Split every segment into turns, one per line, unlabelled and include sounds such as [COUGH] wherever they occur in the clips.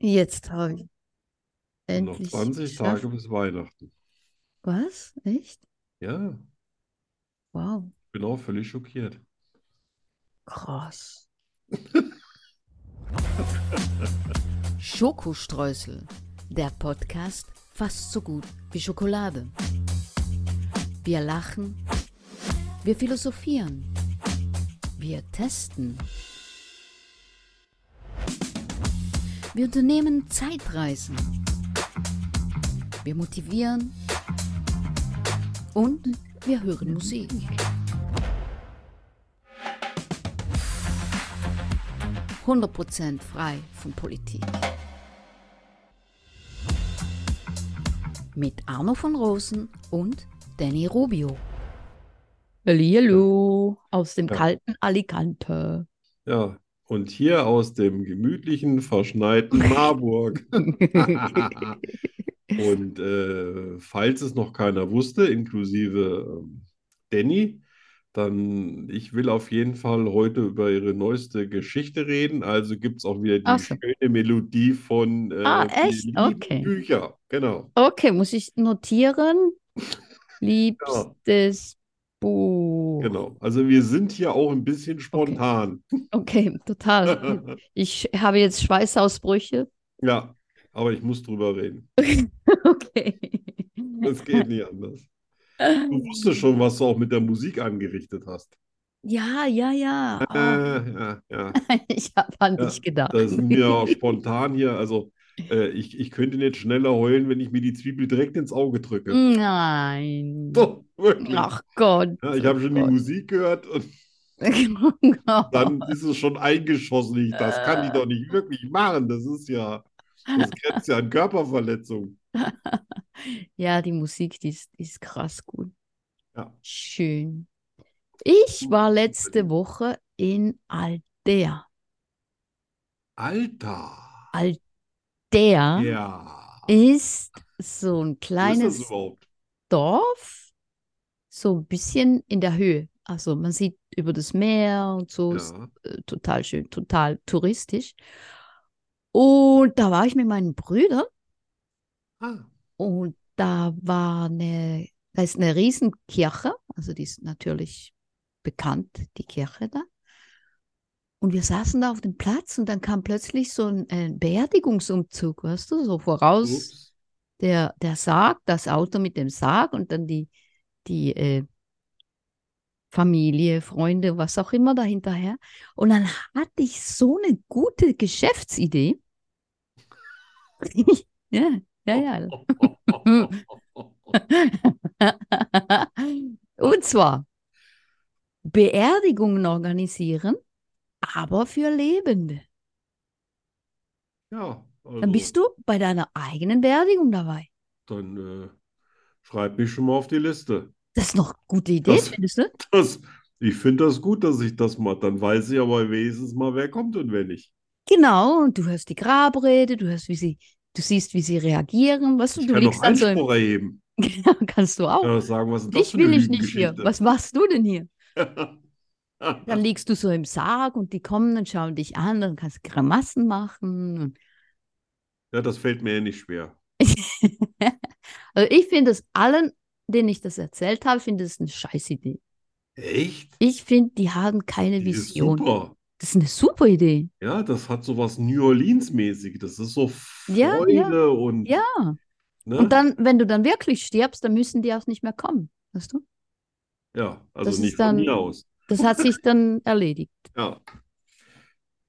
Jetzt habe ich
Noch
endlich
20 Tage
geschafft.
bis Weihnachten.
Was? Echt?
Ja,
Wow.
bin auch völlig schockiert.
Krass. Schokostreusel. Der Podcast fast so gut wie Schokolade. Wir lachen. Wir philosophieren. Wir testen. Wir unternehmen Zeitreisen. Wir motivieren. Und wir hören Musik. Prozent frei von Politik. Mit Arno von Rosen und Danny Rubio.
Hallihallo aus dem
Ja.
kalten
[LAUGHS]
Alicante.
Ja, und hier aus dem
[LAUGHS]
gemütlichen, verschneiten Marburg. Und äh, falls es noch keiner wusste, inklusive ähm, Danny, dann ich will auf jeden Fall heute über ihre neueste Geschichte reden. Also gibt es auch wieder die
Ach so.
schöne Melodie von äh,
Ah,
Die
echt?
lieben
Okay.
Bücher. Genau.
Okay, muss ich notieren? Liebstes Buch.
Genau. Also wir sind hier auch ein bisschen spontan.
Okay,
[LAUGHS]
total. Ich habe jetzt Schweißausbrüche. [LAUGHS]
Ja, aber ich muss drüber reden.
Okay.
Es geht nicht anders. Du wusstest schon, was du auch mit der Musik angerichtet hast.
Ja, ja, ja.
Äh,
Ah,
ja, ja.
[LAUGHS] ich habe an
Ja,
dich gedacht.
Da sind wir auch spontan hier. Also äh, ich, ich könnte nicht schneller heulen, wenn ich mir die Zwiebel direkt ins Auge drücke. [LAUGHS]
Nein.
Doch, wirklich.
Mm. Ach Gott. Oh
Oh, Ja,
[LAUGHS]
ich habe schon die
Gott.
Musik gehört und dann
[LAUGHS]
ist es schon eingeschossen. Ich, das kann ich
Äh.
doch nicht wirklich machen. Das ist ja, das grenzt ja an Körperverletzung.
Ja, die Musik, die ist, die ist krass gut.
Ja.
Schön. Ich war letzte Woche in Aldea.
Alter.
Aldea
Ja.
ist so ein
Wo ist das
kleines
überhaupt?
Dorf, so ein bisschen in der Höhe. Also man sieht über das Meer und so, ist
Ja.
äh, total schön, total touristisch. Und da war ich mit meinen Brüdern
Ah,
und da war eine, da ist eine Riesenkirche, also die ist natürlich bekannt, die Kirche da. Und wir saßen da auf dem Platz und dann kam plötzlich so ein, ein Beerdigungsumzug, weißt du, so voraus
ups.
der, der Sarg, das Auto mit dem Sarg und dann die, die äh, Familie, Freunde, was auch immer dahinterher. Und dann hatte ich so eine gute Geschäftsidee. [LAUGHS] ja, ja, ja. Und zwar Beerdigungen organisieren, aber für Lebende.
[LAUGHS] Ja, also,
Dann bist du bei deiner eigenen Beerdigung dabei.
dann äh, schreib mich schon mal auf die Liste. [LAUGHS]
Das ist noch eine gute Idee,
Das-
findest du?
Das, ich finde das gut, dass ich das mache. Dann weiß ich aber wenigstens mal, wer kommt und wer nicht.
Genau, und du hörst die Grabrede, du hörst, wie sie, du siehst, wie sie reagieren. Weißt du,
Ich
du
kann noch
liegst dann so im,
Einspruch erheben.
[LAUGHS] ja, kannst du auch.
Ja, sagen, was ist das
Dich
für eine
will ich nicht hier.
Lügengeschichte?
Was machst du denn hier? Dann liegst du so im Sarg und die kommen und schauen dich an, dann kannst du Grimassen machen. Und
[LAUGHS] Ja, das fällt mir ja nicht schwer.
also ich finde es allen, denen ich das erzählt habe, finde es eine Scheißidee.
Echt?
Ich finde, die haben keine
Die ist
Vision.
super.
Das ist eine super Idee.
Ja, das hat so was New Orleans-mäßig. Das ist so
Ja, ja.
Freude und,
Ja.
ne?
Und dann, wenn du dann wirklich stirbst, dann müssen die auch nicht mehr kommen. Weißt du?
Ja, also
das ist
nicht von
dann-
mir aus.
Das hat sich dann
[LAUGHS]
erledigt.
Ja.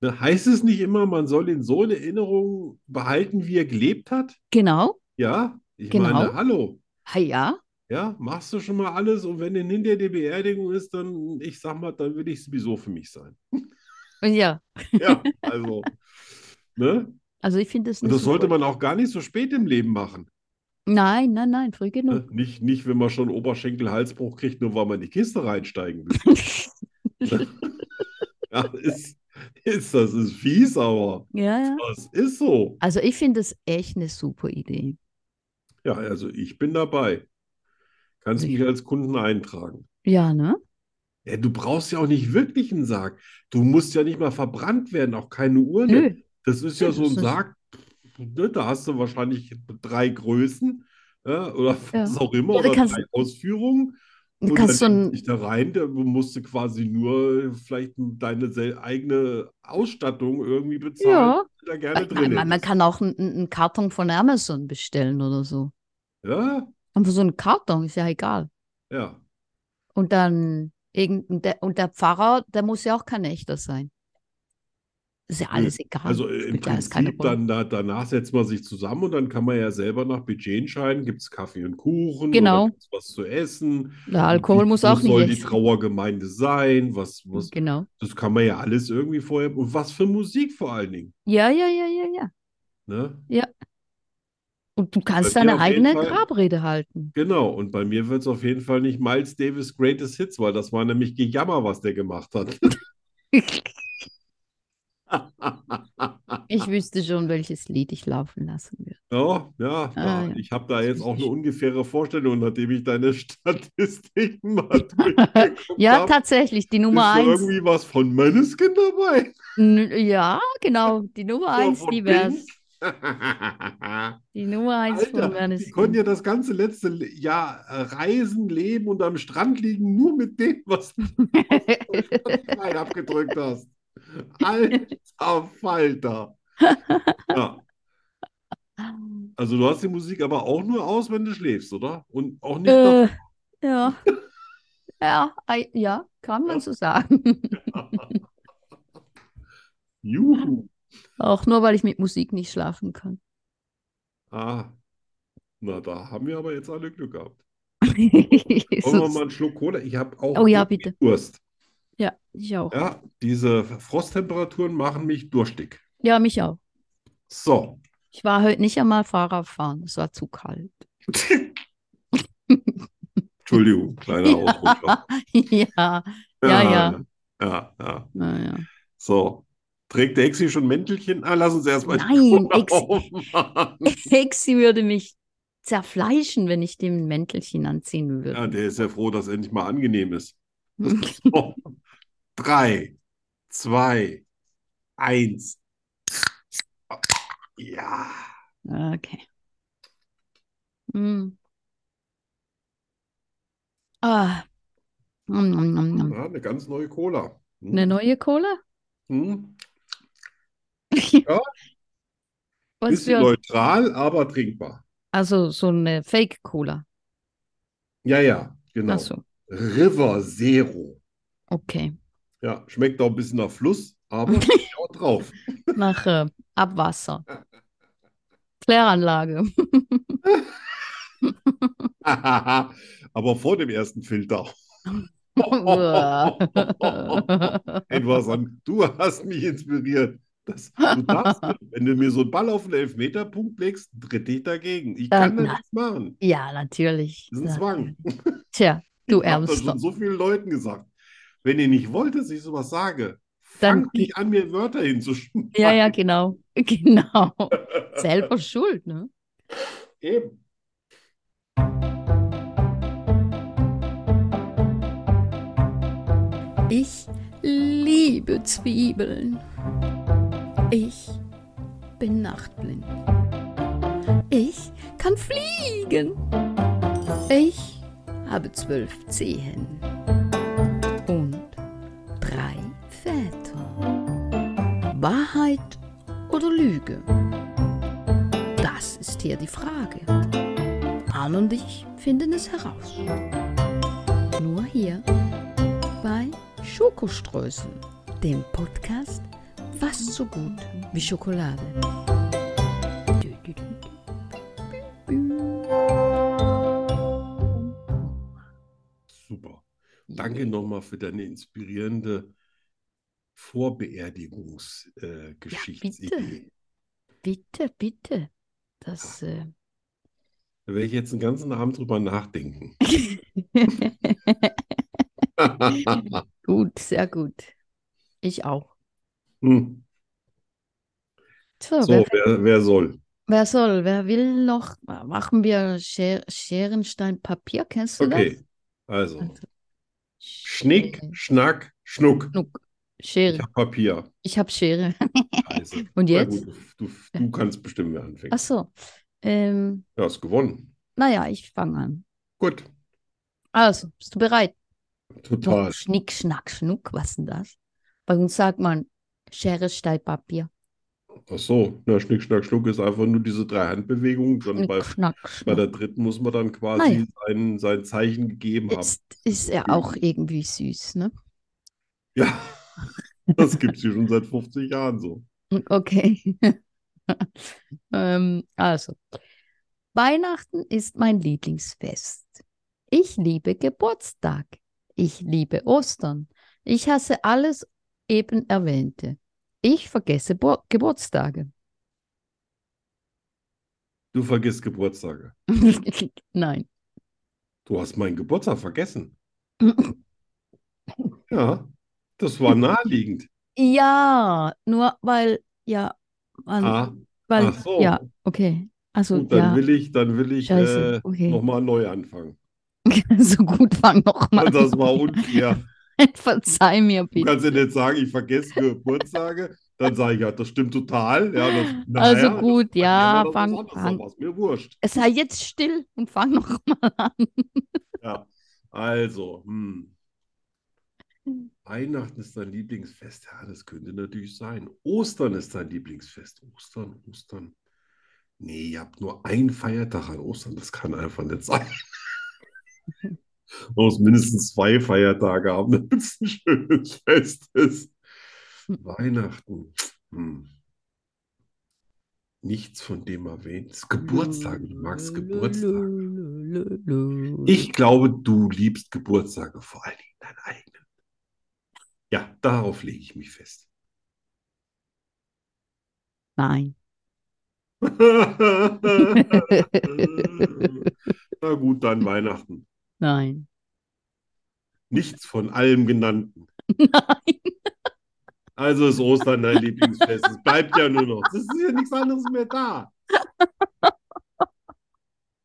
Ne, heißt es nicht immer, man soll ihn so in Erinnerung behalten, wie er gelebt hat?
Genau.
Ja, ich
Genau.
meine, hallo.
Ha, ja.
Ja, machst du schon mal alles und wenn denn hinter die Beerdigung ist, dann, ich sag mal, dann will ich sowieso für mich sein.
Ja, [LAUGHS]
Ja, also, ne?
also ich finde das
Und
eine
das sollte
super-
man auch gar nicht so spät im Leben machen.
Nein, nein, nein, früh
Ne?
genug.
Nicht, nicht, wenn man schon Oberschenkel-Halsbruch kriegt, nur weil man in die Kiste
[LAUGHS]
reinsteigen will. Ja, ist, ist, das ist fies, aber
Ja, ja.
das ist so.
Also ich finde das echt eine super Idee.
Ja, also ich bin dabei. Kannst
Ich-
mich als Kunden eintragen.
Ja, ne?
Ja, du brauchst ja auch nicht wirklich einen Sarg. Du musst ja nicht mal verbrannt werden, auch keine Urne.
Nö.
Das ist ja
Nö,
so
das
ein
ist-
Sarg, ne, da hast du wahrscheinlich drei Größen ja, oder was auch immer
Ja, du
oder
kannst-
drei Ausführungen.
Du
Und
kannst so
dann
ein,
nicht da rein, da musst du quasi nur vielleicht deine sel- eigene Ausstattung irgendwie bezahlen,
Ja.
die da gerne
man, man,
drin
Äh, man
ist.
kann auch einen, einen Karton von Amazon bestellen oder so.
Ja,
Einfach so einen Karton, ist ja egal.
ja.
Und dann irgendein, der, und der Pfarrer, der muss ja auch kein echter sein. Ist ja alles egal.
Also äh, im
Spielt Ah, ja alles keine
Prinzip,
Rolle.
dann da, danach setzt man sich zusammen und dann kann man ja selber nach Budget entscheiden, gibt es Kaffee und Kuchen
Genau.
oder gibt's was zu essen?
Der Alkohol
Wie
muss
groß
auch nicht
soll die
essen.
Trauergemeinde sein? Was, was,
Genau.
das kann man ja alles irgendwie vorher. Und was für Musik vor allen Dingen.
Ja, ja, ja, ja, ja.
Ne?
Und du kannst
Bei mir
deine
auf jeden
eigene
Fall.
Grabrede halten. [LAUGHS]
Genau. Und bei mir wird es auf jeden Fall nicht Miles Davis Greatest Hits, weil das war nämlich Gejammer, was der gemacht hat. [LAUGHS]
Ich wüsste schon, welches Lied ich laufen lassen würde.
Ja, ja,
Ah, ja.
ich habe da
Das
jetzt
ist
auch eine
richtig.
ungefähre Vorstellung, nachdem ich deine [LAUGHS] Statistiken mal durchgeguckt
Ja,
hab.
tatsächlich, die Nummer
ist da
eins.
irgendwie was von Maneskin dabei?
N- Ja, genau, die Nummer eins,
Oder von
die wär's.
Pink?
Die Nummer eins von
Alter,
Maneskin.
die konnten ja das ganze letzte Le- Jahr äh, reisen, leben und am Strand liegen, nur mit dem, was du
[LAUGHS]
rein abgedrückt hast. Alter Falter. Ja, also du hast die Musik aber auch nur aus, wenn du schläfst, oder? Und auch nicht nach
Äh, ja.
[LAUGHS]
Ja, ei- ja, kann man so sagen. [LAUGHS]
Juhu.
Auch nur, weil ich mit Musik nicht schlafen kann. [LAUGHS]
Ah, na, da haben wir aber jetzt alle Glück gehabt. Wollen wir mal
Sonst-
einen Schluck Cola? Ich habe auch
Oh ja,
irgendwie
bitte.
Durst.
Ja, ich auch.
Ja, diese Frosttemperaturen machen mich durstig.
Ja, mich auch.
So.
Ich war heute nicht einmal Fahrradfahren. Es war zu kalt. [LAUGHS]
Entschuldigung, kleiner Ausrutscher.
Ja, [LAUGHS] Ja, ja.
Ja, ja.
naja.
So. Trägt der Exi schon Mäntelchen? Ah, lass uns erstmal die
Nein,
Cola
Exi.
aufmachen.
Hexi würde mich zerfleischen, wenn ich dem ein Mäntelchen anziehen würde.
Ja, der ist ja froh, dass endlich mal angenehm ist. [LAUGHS] So. Drei, zwei, eins. Ja.
Okay. Mm. Ah. Nom, nom, nom, nom.
Ja, eine ganz neue Cola. Hm?
Eine neue Cola? [LAUGHS]
Hm?
Was
Bisschen
für,
neutral, aber trinkbar.
also so eine Fake-Cola.
Ja, ja, genau.
Ach so,
River Zero.
okay.
Ja, schmeckt auch ein bisschen nach Fluss,
[LAUGHS]
aber steht auch drauf. [LAUGHS]
Nach äh, Abwasser. Kläranlage. [LAUGHS]
aber vor dem ersten Filter. Etwas an. Du hast mich inspiriert. Das, du darfst, nicht. wenn du mir so einen Ball auf den Elfmeterpunkt legst, tritt ich dagegen. Ich kann
Dann-
da nichts machen.
Ja, natürlich.
Das ist ein Zwang.
Tja, du
Ich habe das
Ärmster.
schon so vielen Leuten gesagt. Wenn ihr nicht wollt, dass ich sowas sage,
Dann
fangt nicht an, mir Wörter hinzuschmeißen.
Ja, ja, genau. [LAUGHS] Genau. Selber schuld, ne?
[LAUGHS] Eben.
Ich liebe Zwiebeln. Ich bin nachtblind. Ich kann fliegen. Ich habe zwölf Zehen und drei Väter. Wahrheit oder Lüge? Das ist hier die Frage. Arne und ich finden es heraus. Nur hier bei Schokoströßen, dem Podcast fast so gut wie Schokolade.
Super. Danke nochmal für deine inspirierende Vorbeerdigungsgeschichtsidee. Äh, Geschichtsidee.
Bitte, bitte. Das,
Ah.
äh,
Da werde ich jetzt den ganzen Abend
[LAUGHS]
drüber nachdenken.
äh,
[LAUGHS]
gut, sehr gut. Ich auch.
Hm.
So,
So,
wer,
wer, wer soll?
wer soll, wer will noch? Machen wir Scher Scherenstein Papier, kennst du
Okay,
das?
also
Also,
Schnick, Schnack, Schnuck.
Schnuck. Schere.
Ich habe Papier.
[LAUGHS] Ich habe Schere.
Scheiße.
Und
Na
jetzt?
gut, du, du kannst bestimmen, wer anfängt.
Ach so. Ähm,
Du hast gewonnen.
naja, ich fange an.
Gut.
Also, bist du bereit?
Total.
Schnick, schnack, schnuck. Was denn das? Bei uns sagt man Schere, Stein, Papier.
Ach so. Na, Schnick, Schnack, Schluck ist einfach nur diese drei Handbewegungen. Dann
Schnick,
bei,
schnack,
bei
schnuck.
der dritten muss man dann
Na ja.
quasi sein, sein Zeichen gegeben haben.
Jetzt ist er auch irgendwie süß, ne?
Ja.
[LAUGHS]
Das gibt es hier schon seit 50 Jahren so.
Okay. [LAUGHS] ähm, also, Weihnachten ist mein Lieblingsfest. Ich liebe Geburtstag. Ich liebe Ostern. Ich hasse alles eben erwähnte. Ich vergesse Bo Geburtstage. [LAUGHS]
Du vergisst Geburtstage.
Nein.
Du hast meinen
[CLEARS THROAT]
Geburtstag vergessen. Ja, das
[LAUGHS]
war naheliegend.
Ja, nur weil, ja, an-
Ah,
weil,
ach so.
ja, okay. Also,
Gut, dann
ja,
will ich, dann will ich
scheiße,
äh,
okay.
nochmal neu anfangen.
[LAUGHS]
Also
So gut fang nochmal.
Das war
[LAUGHS]
unklar.
Verzeih mir
Du
bitte.
kannst ja nicht sagen, ich vergesse Geburtstage. Dann sage ich ja, das stimmt total. Ja, das, na
Also
ja,
gut,
das,
ja,
das
fang an.
Was mir wurscht.
Es sei jetzt still und fang noch mal an.
Ja. Also, hm. Weihnachten ist dein Lieblingsfest. Ja, das könnte natürlich sein. Ostern ist dein Lieblingsfest. Ostern, Ostern. Nee, ihr habt nur einen Feiertag an Ostern. Das kann einfach nicht sein. Man muss mindestens zwei Feiertage haben, damit es ein schönes Fest ist. Weihnachten. Hm. Nichts von dem erwähnt. Das Geburtstag. Du magst Geburtstag. Ich glaube, du liebst Geburtstage, vor allen Dingen deinen eigenen. Ja, darauf lege ich
[LAUGHS]
mich fest. [LAUGHS]
Nein.
Na gut, dann Weihnachten.
Nein.
Nichts von allem genannten.
Nein.
Also ist Ostern dein Lieblingsfest. Es bleibt ja nur noch. Es ist ja nichts anderes mehr da.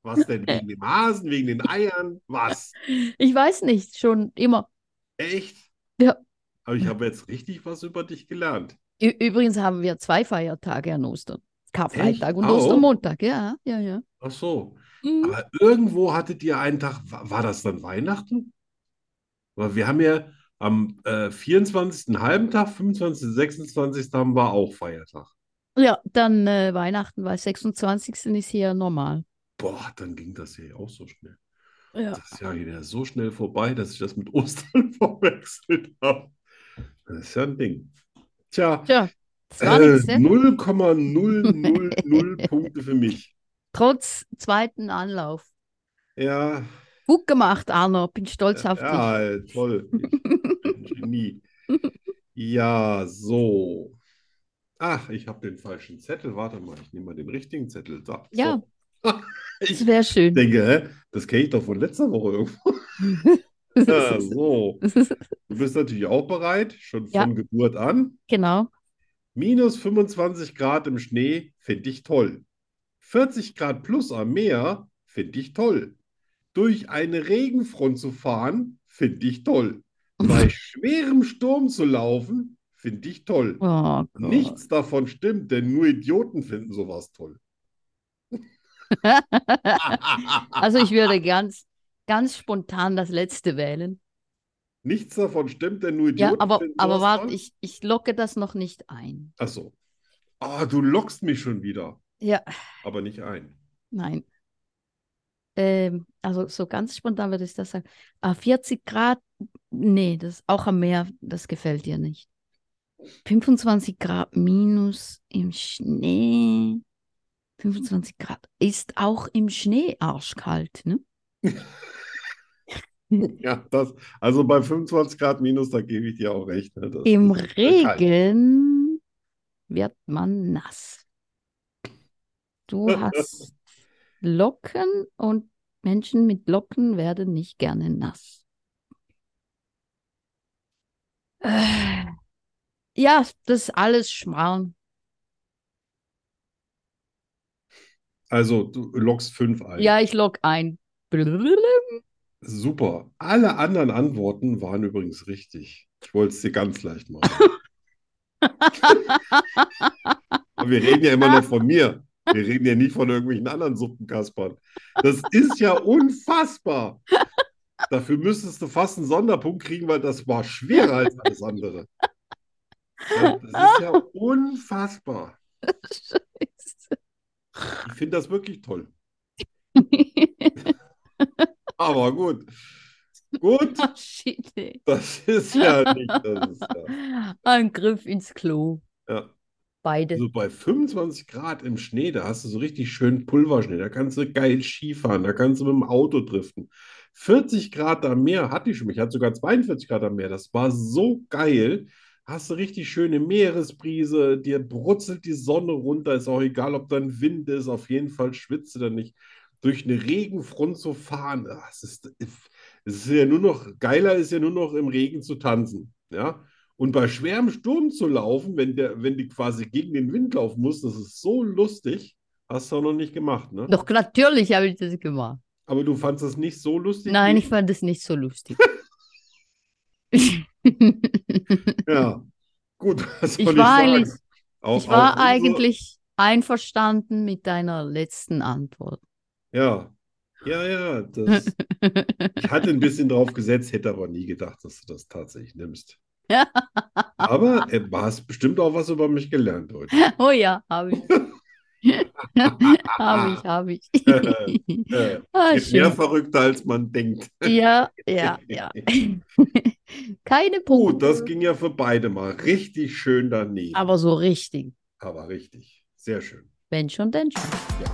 Was denn?
Äh.
Wegen dem Hasen, wegen den Eiern? Was?
Ich weiß nicht, schon immer.
Echt?
Ja.
Aber ich habe jetzt richtig was über dich gelernt.
Ü übrigens haben wir zwei Feiertage an Ostern. Karfreitag
Echt?
und
Ah, oh.
Ostermontag. Ja, ja, ja.
Ach so.
Mhm.
Aber irgendwo hattet ihr einen Tag, wa- war das dann Weihnachten? Weil wir haben ja am äh, 24. halben Tag, 25., 26. haben wir auch Feiertag.
Ja, dann äh, Weihnachten, weil 26. ist hier normal. Äh,
Boah, dann ging das hier auch so schnell.
Ja.
Das Jahr geht ja so schnell vorbei, dass ich das mit Ostern [LAUGHS] verwechselt habe. Das ist ja ein Ding. Tja,
Tja, das war
äh,
nichts, ne?
0,000 Punkte für mich.
Trotz zweiten Anlauf.
Ja,
Gut gemacht, Arno. Bin stolz auf dich.
ja, toll. Ich bin ein Genie. Ja, so. Ach, ich habe den falschen Zettel. Warte mal, ich nehme mal den richtigen Zettel. Da,
Ja.
So.
Das
Ich
wäre schön.
denke, hä, das kenne ich doch von letzter Woche irgendwo.
[LAUGHS]
Ja, so. Du bist natürlich auch bereit, schon
Ja.
von Geburt an.
[LAUGHS] Genau.
Minus 25 Grad im Schnee finde ich toll. 40 Grad plus am Meer finde ich toll. Durch eine Regenfront zu fahren finde
[LAUGHS]
ich toll. Bei schwerem Sturm zu laufen finde ich toll.
Oh Gott.
Nichts davon stimmt, denn nur Idioten finden
[LAUGHS]
sowas toll.
Also ich würde ganz, ganz spontan das letzte wählen.
Nichts davon stimmt, denn nur
Ja,
Idioten
aber,
finden
aber
sowas
warte,
toll.
ich, ich locke das noch nicht ein.
Ach so. Ah, du lockst mich schon wieder,
Ja,
aber nicht ein.
nein. Ähm, also so ganz spontan würde ich das sagen. Ah, 40 Grad, nee, das auch am Meer, das gefällt dir nicht. 25 Grad minus im Schnee. 25 Grad ist auch im Schnee arschkalt, ne?
Ja, das, also bei 25 Grad minus, da gebe ich dir auch recht. Ne? Das
Im
ist sehr kalt.
Regen wird man nass.
[LAUGHS]
Du hast Locken und Menschen mit Locken werden nicht gerne nass. Äh, Ja, das ist alles Schmarrn.
Also du lockst fünf ein.
Ja, ich log ein. [LAUGHS]
Super. Alle anderen Antworten waren übrigens richtig. Ich wollte es dir ganz leicht
[LAUGHS]
machen. Aber wir reden ja immer noch von mir. Wir reden ja nicht von irgendwelchen anderen Suppenkaspern. Das ist ja unfassbar. Dafür müsstest du fast einen Sonderpunkt kriegen, weil das war schwerer als alles andere. Ja, Das ist ja unfassbar.
Scheiße.
Ich finde das wirklich toll. Aber gut. Gut,
Ah, Shit, ey.
das ist ja nicht. Das ist ja,
Angriff ins Klo.
ja.
Beide.
Also bei 25 Grad im Schnee, da hast du so richtig schön Pulverschnee. Da kannst du geil Skifahren, da kannst du mit dem Auto driften. 40 Grad am Meer hatte ich schon. Ich hatte sogar 42 Grad am Meer. Das war so geil. Hast du richtig schöne Meeresbrise, dir brutzelt die Sonne runter. Ist auch egal, ob da ein Wind ist. Auf jeden Fall schwitzt du dann nicht. Durch eine Regenfront zu fahren, ah, es ist, es ist ja nur noch, geiler ist ja nur noch im Regen zu tanzen. Ja. Und bei schwerem Sturm zu laufen, wenn der, wenn die quasi gegen den Wind laufen muss, das ist so lustig. Hast du auch noch nicht gemacht, ne?
Doch natürlich habe ich das gemacht.
Aber du fandst das nicht so lustig?
Nein,
wie-
ich fand das nicht so
[LAUGHS]
lustig. [LAUGHS]
Ja. Gut, [LAUGHS] was soll
Ich war
sagen?
eigentlich,
Auch-
ich war
auch unsere-
eigentlich einverstanden mit deiner letzten Antwort. [LAUGHS]
Ja. Ja, ja. Das, ich hatte ein bisschen drauf gesetzt, hätte aber nie gedacht, dass du das
[LAUGHS]
tatsächlich nimmst.
Ja.
Aber äh, hast bestimmt auch was über mich
[LAUGHS]
gelernt heute.
Oh ja, habe ich. [LAUGHS] habe ich, habe ich.
Äh,
ah,
geht mehr
schön.
verrückter, als man denkt.
Ja, ja, ja. [LAUGHS] Keine
Gut, das
Punkte,
ging ja für beide mal richtig schön daneben.
aber so richtig.
Aber richtig. Sehr schön.
Wenn schon, denn schon.
Ja.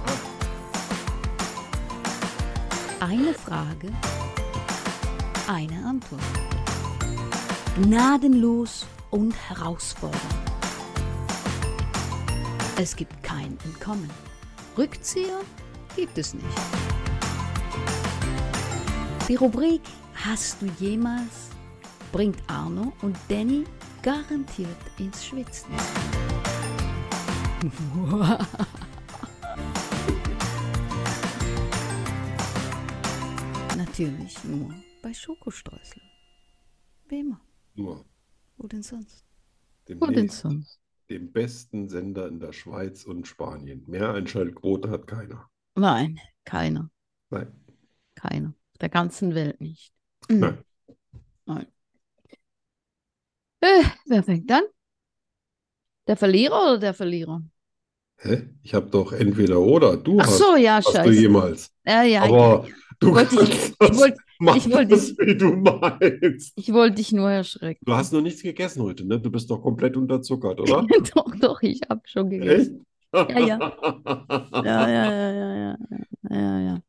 Eine Frage, eine Antwort. Gnadenlos und herausfordernd. Es gibt kein Entkommen.
Rückzieher gibt es nicht.
Die Rubrik Hast du jemals bringt Arno und Danny garantiert ins Schwitzen. Natürlich nur bei Schokostreuseln. Wie immer.
Nur
Wo denn sonst?
Wo denn
demnächst
sonst?
dem besten Sender in der Schweiz und Spanien. Mehr Einschaltquote hat keiner.
Nein, keiner,
Nein.
keiner. Auf Der ganzen Welt nicht. Hm.
Nein.
Nein. Äh, wer fängt an? Der Verlierer oder der Verlierer?
Hä? Ich habe doch entweder oder. Du
Ach
hast,
so, ja,
hast du
scheiße.
jemals.
Ja, ja,
Aber du
Wollte ich- ja.
kannst das
Ich wollte
machen,
ich wollte-
das, wie du meinst.
ich wollt dich nur erschrecken. [LAUGHS]
Du hast noch nichts gegessen heute, ne? Du bist doch komplett unterzuckert,
[LAUGHS]
oder?
doch, doch, ich habe schon
Echt? [LAUGHS]
gegessen. Ja, ja, ja, ja, ja, ja, ja, ja.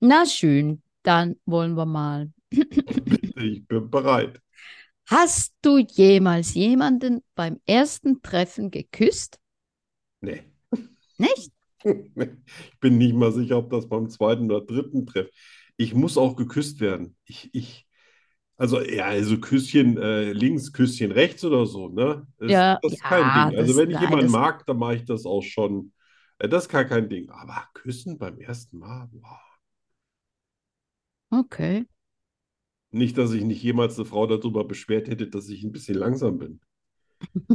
Na schön, dann wollen wir mal.
Ich bin bereit.
Hast du jemals jemanden beim ersten Treffen geküsst?
Nee. [LAUGHS]
Nicht?
Ich bin nicht mal sicher, ob das beim zweiten oder dritten Treff. Ich muss auch geküsst werden. Ich, ich, also, ja, also Küsschen äh, links, Küsschen rechts oder so, ne? Das,
Ja,
das ist
ja,
kein Ding. Also,
das-
wenn ich
nein,
jemanden
das-
mag, dann mache ich das auch schon. Äh, das ist gar kein Ding. Aber küssen beim ersten Mal, wow.
Okay.
Nicht, dass ich nicht jemals eine Frau darüber beschwert hätte, dass ich ein bisschen langsam bin.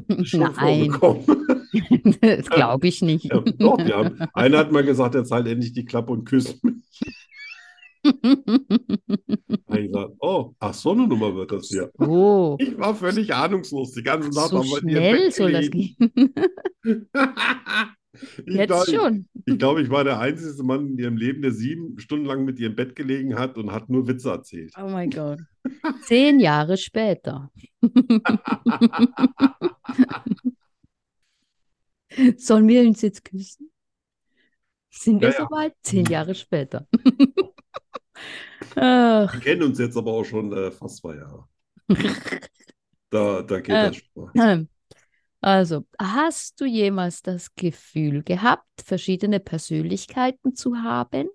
Ist schon
Nein,
vorgekommen. [LAUGHS]
[LAUGHS] das glaube ich nicht.
Ja, doch, wir haben, einer hat mal gesagt, jetzt halt endlich die Klappe und küsst mich. Dann gesagt, oh, ach, so eine Nummer wird das hier.
Oh,
Ich war völlig ahnungslos. Die ganze Nacht
so
haben wir die
schnell
im Bett
soll das
gelegen. [LAUGHS]
gehen.
Ich
Jetzt
glaube, ich,
schon.
ich glaube, ich war der einzige Mann in ihrem Leben, der sieben Stunden lang mit ihr im Bett gelegen hat und hat nur Witze erzählt.
Oh mein Gott. Zehn Jahre später. [LAUGHS] Sollen wir uns jetzt küssen? Sind wir
Ja, Mhm. ja.
soweit? Zehn Jahre später. [LAUGHS] Ach,
Wir kennen uns jetzt aber auch schon äh, fast
[LAUGHS]
zwei Jahre. Da, da geht
Äh,
das schon mal.
ähm. also, hast du jemals das Gefühl gehabt, verschiedene Persönlichkeiten zu haben?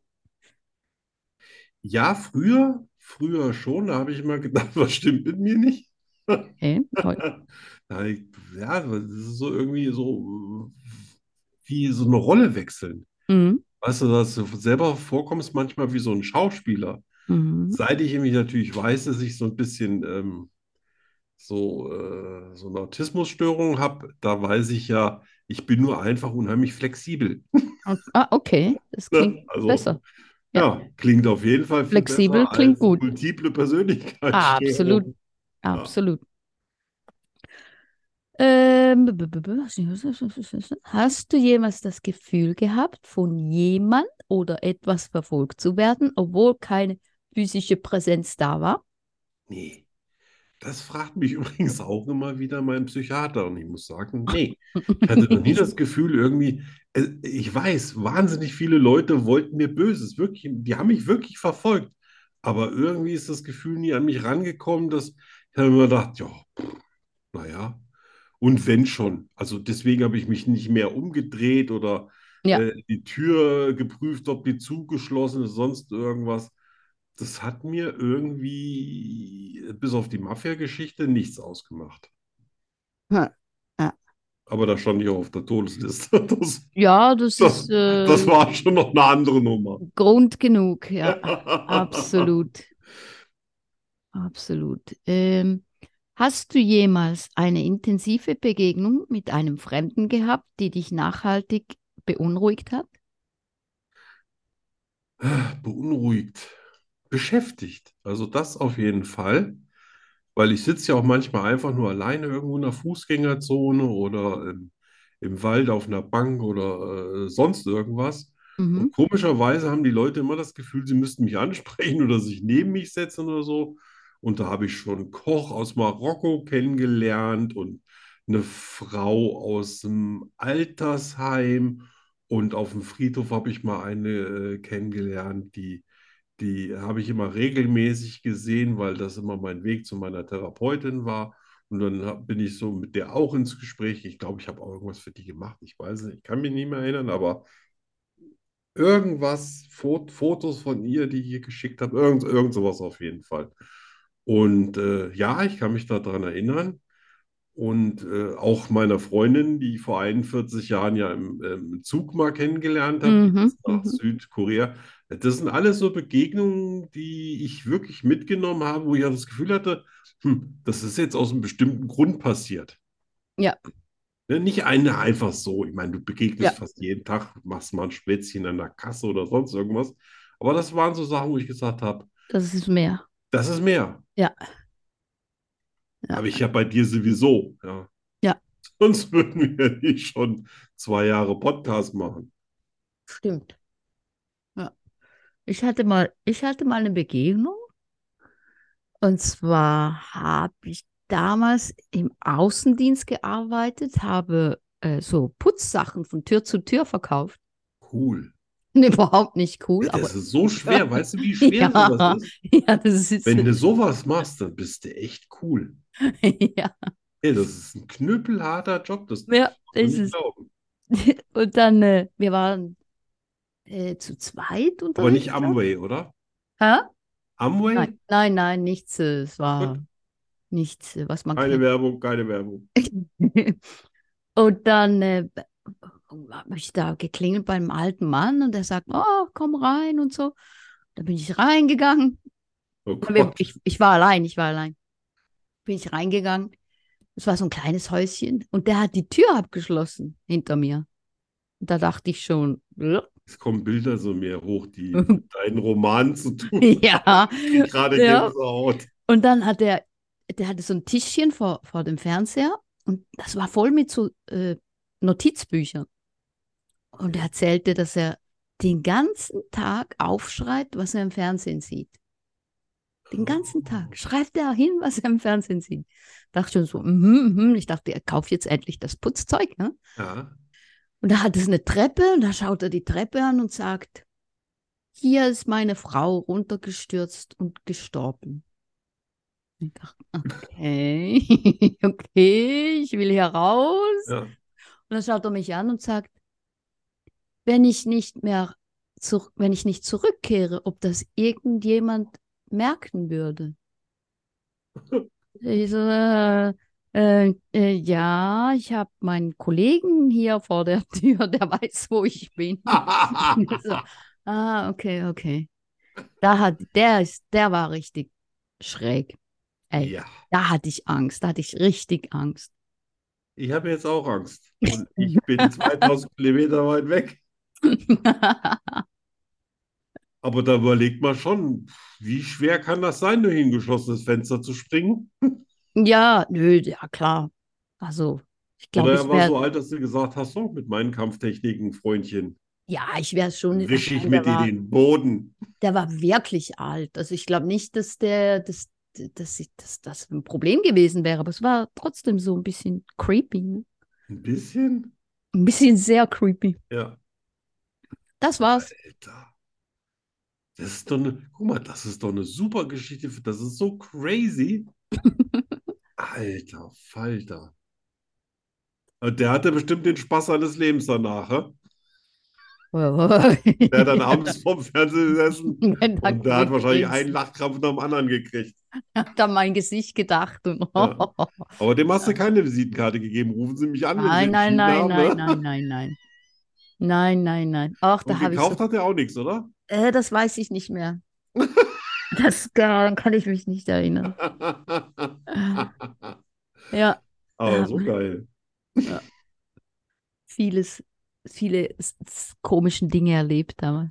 Ja, früher, früher schon, da habe ich immer gedacht, [LAUGHS] was stimmt mit mir nicht?
Okay. toll.
Ja, ich- ja, das ist so irgendwie so äh, wie so eine Rolle wechseln.
Mhm.
Weißt du, dass du selber vorkommst manchmal wie so ein Schauspieler.
Mhm.
Seit ich mich natürlich weiß, dass ich so ein bisschen ähm, so, äh, so eine Autismusstörung habe, da weiß ich ja, ich bin nur einfach unheimlich flexibel.
Ah, okay. Das
Ne?
klingt
Also,
besser.
Ja, klingt auf jeden Fall viel
Flexibel
besser
klingt
als
gut.
Multiple Persönlichkeit.
Ah, absolut. Absolut. Ähm, b- b- b- Hast du jemals das Gefühl gehabt, von jemand oder etwas verfolgt zu werden, obwohl keine physische Präsenz da war?
Nee. Das fragt mich [LAUGHS] übrigens auch immer wieder mein Psychiater und ich muss sagen, nee. Ich hatte noch nie das Gefühl, irgendwie, äh, ich weiß, wahnsinnig viele Leute wollten mir Böses, wirklich, die haben mich wirklich verfolgt. Aber irgendwie ist das Gefühl nie an mich rangekommen, dass ich habe immer gedacht, ja, pff, naja. Und wenn schon. Also deswegen habe ich mich nicht mehr umgedreht oder
Ja.
äh, die Tür geprüft, ob die zugeschlossen ist, sonst irgendwas. Das hat mir irgendwie, bis auf die Mafia-Geschichte, nichts ausgemacht.
Ja, ja.
Aber da stand ich auch auf der Todesliste. [LAUGHS] Das,
Ja, das
Das-
ist äh,
das war schon noch eine andere Nummer.
Grund genug, ja. Absolut. Absolut. Ähm, hast du jemals eine intensive Begegnung mit einem Fremden gehabt, die dich nachhaltig beunruhigt hat?
Beunruhigt, beschäftigt. Also das auf jeden Fall. Weil ich sitze ja auch manchmal einfach nur alleine irgendwo in der Fußgängerzone oder im, im Wald auf einer Bank oder äh, sonst irgendwas.
Mhm.
Und komischerweise haben die Leute immer das Gefühl, sie müssten mich [LAUGHS] ansprechen oder sich neben mich setzen oder so. Und da habe ich schon Koch aus Marokko kennengelernt und eine Frau aus dem Altersheim. Und auf dem Friedhof habe ich mal eine äh, kennengelernt, die, die habe ich immer regelmäßig gesehen, weil das immer mein Weg zu meiner Therapeutin war. Und dann hab, bin ich so mit der auch ins Gespräch. Ich glaube, ich habe auch irgendwas für die gemacht. Ich weiß nicht, ich kann mich nicht mehr erinnern, aber irgendwas, Fot Fotos von ihr, die ich ihr geschickt habe, irgend, irgend sowas auf jeden Fall. Und äh, ja, ich kann mich daran erinnern. Und äh, auch meiner Freundin, die ich vor 41 Jahren ja im, im Zug mal kennengelernt habe,
Mhm,
jetzt nach
mhm.
Südkorea. Das sind alles so Begegnungen, die ich wirklich mitgenommen habe, wo ich auch das Gefühl hatte, hm, das ist jetzt aus einem bestimmten Grund passiert.
Ja.
Ne, Nicht eine einfach so. Ich meine, du begegnest
Ja.
fast jeden Tag, machst mal ein Schwätzchen an der Kasse oder sonst irgendwas. Aber das waren so Sachen, wo ich gesagt habe,
Das ist mehr.
das ist mehr.
Ja. Ja.
Habe ich ja bei dir sowieso. Ja.
Ja.
[LAUGHS] Sonst würden wir ja nicht schon zwei Jahre Podcast machen.
Stimmt. Ja. Ich hatte mal, ich hatte mal eine Begegnung. Und zwar habe ich damals im Außendienst gearbeitet, habe äh, so Putzsachen von Tür zu Tür verkauft. [LAUGHS]
Cool.
Nee, überhaupt nicht cool,
Ja,
aber
das ist so
[LAUGHS]
schwer. Weißt du, wie
Ja.
schwer sowas ist?
[LAUGHS] ja, das ist
Wenn du sowas machst, dann bist du echt cool.
ja,
Ey, das ist ein knüppelharter Job. Das
ja,
kann man
das
nicht
ist
glauben.
es. Und dann, äh, wir waren äh, zu zweit unterwegs.
Aber nicht
glaub
Amway, oder?
ich. Hä?
Amway?
Nein, nein, nein, nichts. äh, Es war nichts, äh, was man
Keine
kennt.
Werbung, keine Werbung.
[LAUGHS] Und dann äh, habe ich da geklingelt beim alten Mann und er sagt, oh, komm rein und so. Dann bin ich reingegangen.
Oh
Und wir-
Gott.
Ich, ich war allein, ich war allein. Bin ich reingegangen. Es war so ein kleines Häuschen und der hat die Tür abgeschlossen hinter mir. Und da dachte ich schon, [LAUGHS]
Es kommen Bilder so mehr hoch, die mit deinen Romanen zu tun haben.
ja.
Ich krieg gerade
Ja.
Gänsehaut.
Und dann hat er, der hatte so ein Tischchen vor, vor dem Fernseher und das war voll mit so äh, Notizbüchern. Und er erzählte, dass er den ganzen Tag aufschreibt, was er im Fernsehen sieht.
Mhm.
Den ganzen Tag schreibt er hin, was er im Fernsehen sieht. Dachte schon so, mhm, mhm. ich dachte, er kauft jetzt endlich das Putzzeug. Ne?
Ja.
Und da hat es eine Treppe und da schaut er die Treppe an und sagt, hier ist meine Frau runtergestürzt und gestorben. Ich dachte, okay, [LAUGHS] okay, ich will hier raus.
Ja.
Und dann schaut er mich an und sagt, wenn ich nicht mehr zur, wenn ich nicht zurückkehre, ob das irgendjemand merken würde. Ich so, äh, äh, äh, ja, ich habe meinen Kollegen hier vor der [LAUGHS] Tür, der weiß, wo ich bin. [LAUGHS] [LAUGHS] so, ah, okay, okay. Da hat, der ist, der war richtig schräg. Ey,
Ja,
Da hatte ich Angst, da hatte ich richtig Angst. [LAUGHS]
ich habe jetzt auch Angst. Und ich bin 2000 Kilometer weit weg. Aber da überlegt man schon, wie schwer kann das sein, durch ein geschlossenes Fenster zu springen?
ja, nö, ja klar. Also, ich glaube,
Oder
ich
er war
wäre,
so alt, dass du gesagt hast, so, mit meinen Kampftechniken, Freundchen,
ja, ich wäre schon.
wische ich
Nein,
mit
der
dir
war,
den Boden.
Der war wirklich alt. Also, ich glaube nicht, dass der, dass, dass, ich, dass das ein Problem gewesen wäre, aber es war trotzdem so ein bisschen creepy. Ne?
Ein bisschen?
Ein bisschen sehr creepy.
Ja,
Das
[LAUGHS]
war's.
Alter. Das ist doch eine, guck mal, das ist doch eine super Geschichte. für- Das ist
[LAUGHS]
so crazy. Alter Falter. Und der hatte bestimmt den Spaß seines Lebens danach. hä? Der
[LAUGHS]
hat dann abends vorm Fernseher gesessen
Wenn da
und der hat wahrscheinlich
Creepy
einen Lachkrampf nach dem anderen gekriegt.
[LAUGHS] hat an mein Gesicht gedacht und [LAUGHS]
Ja. Aber dem hast du keine Visitenkarte gegeben. Rufen Sie mich an, wenn Sie
nein, nein,
entschieden
nein, nein,
haben, ne?
nein, nein, nein. Nein, nein, nein. Ach, da
Und
habe ich so,
gekauft hat er auch
[LAUGHS]
nichts, oder?
äh, das weiß ich nicht [LAUGHS] mehr. Das, daran kann ich mich nicht erinnern. Äh, Ja,
Aber so geil.
vieles, viele s- s- komische Dinge erlebt damals.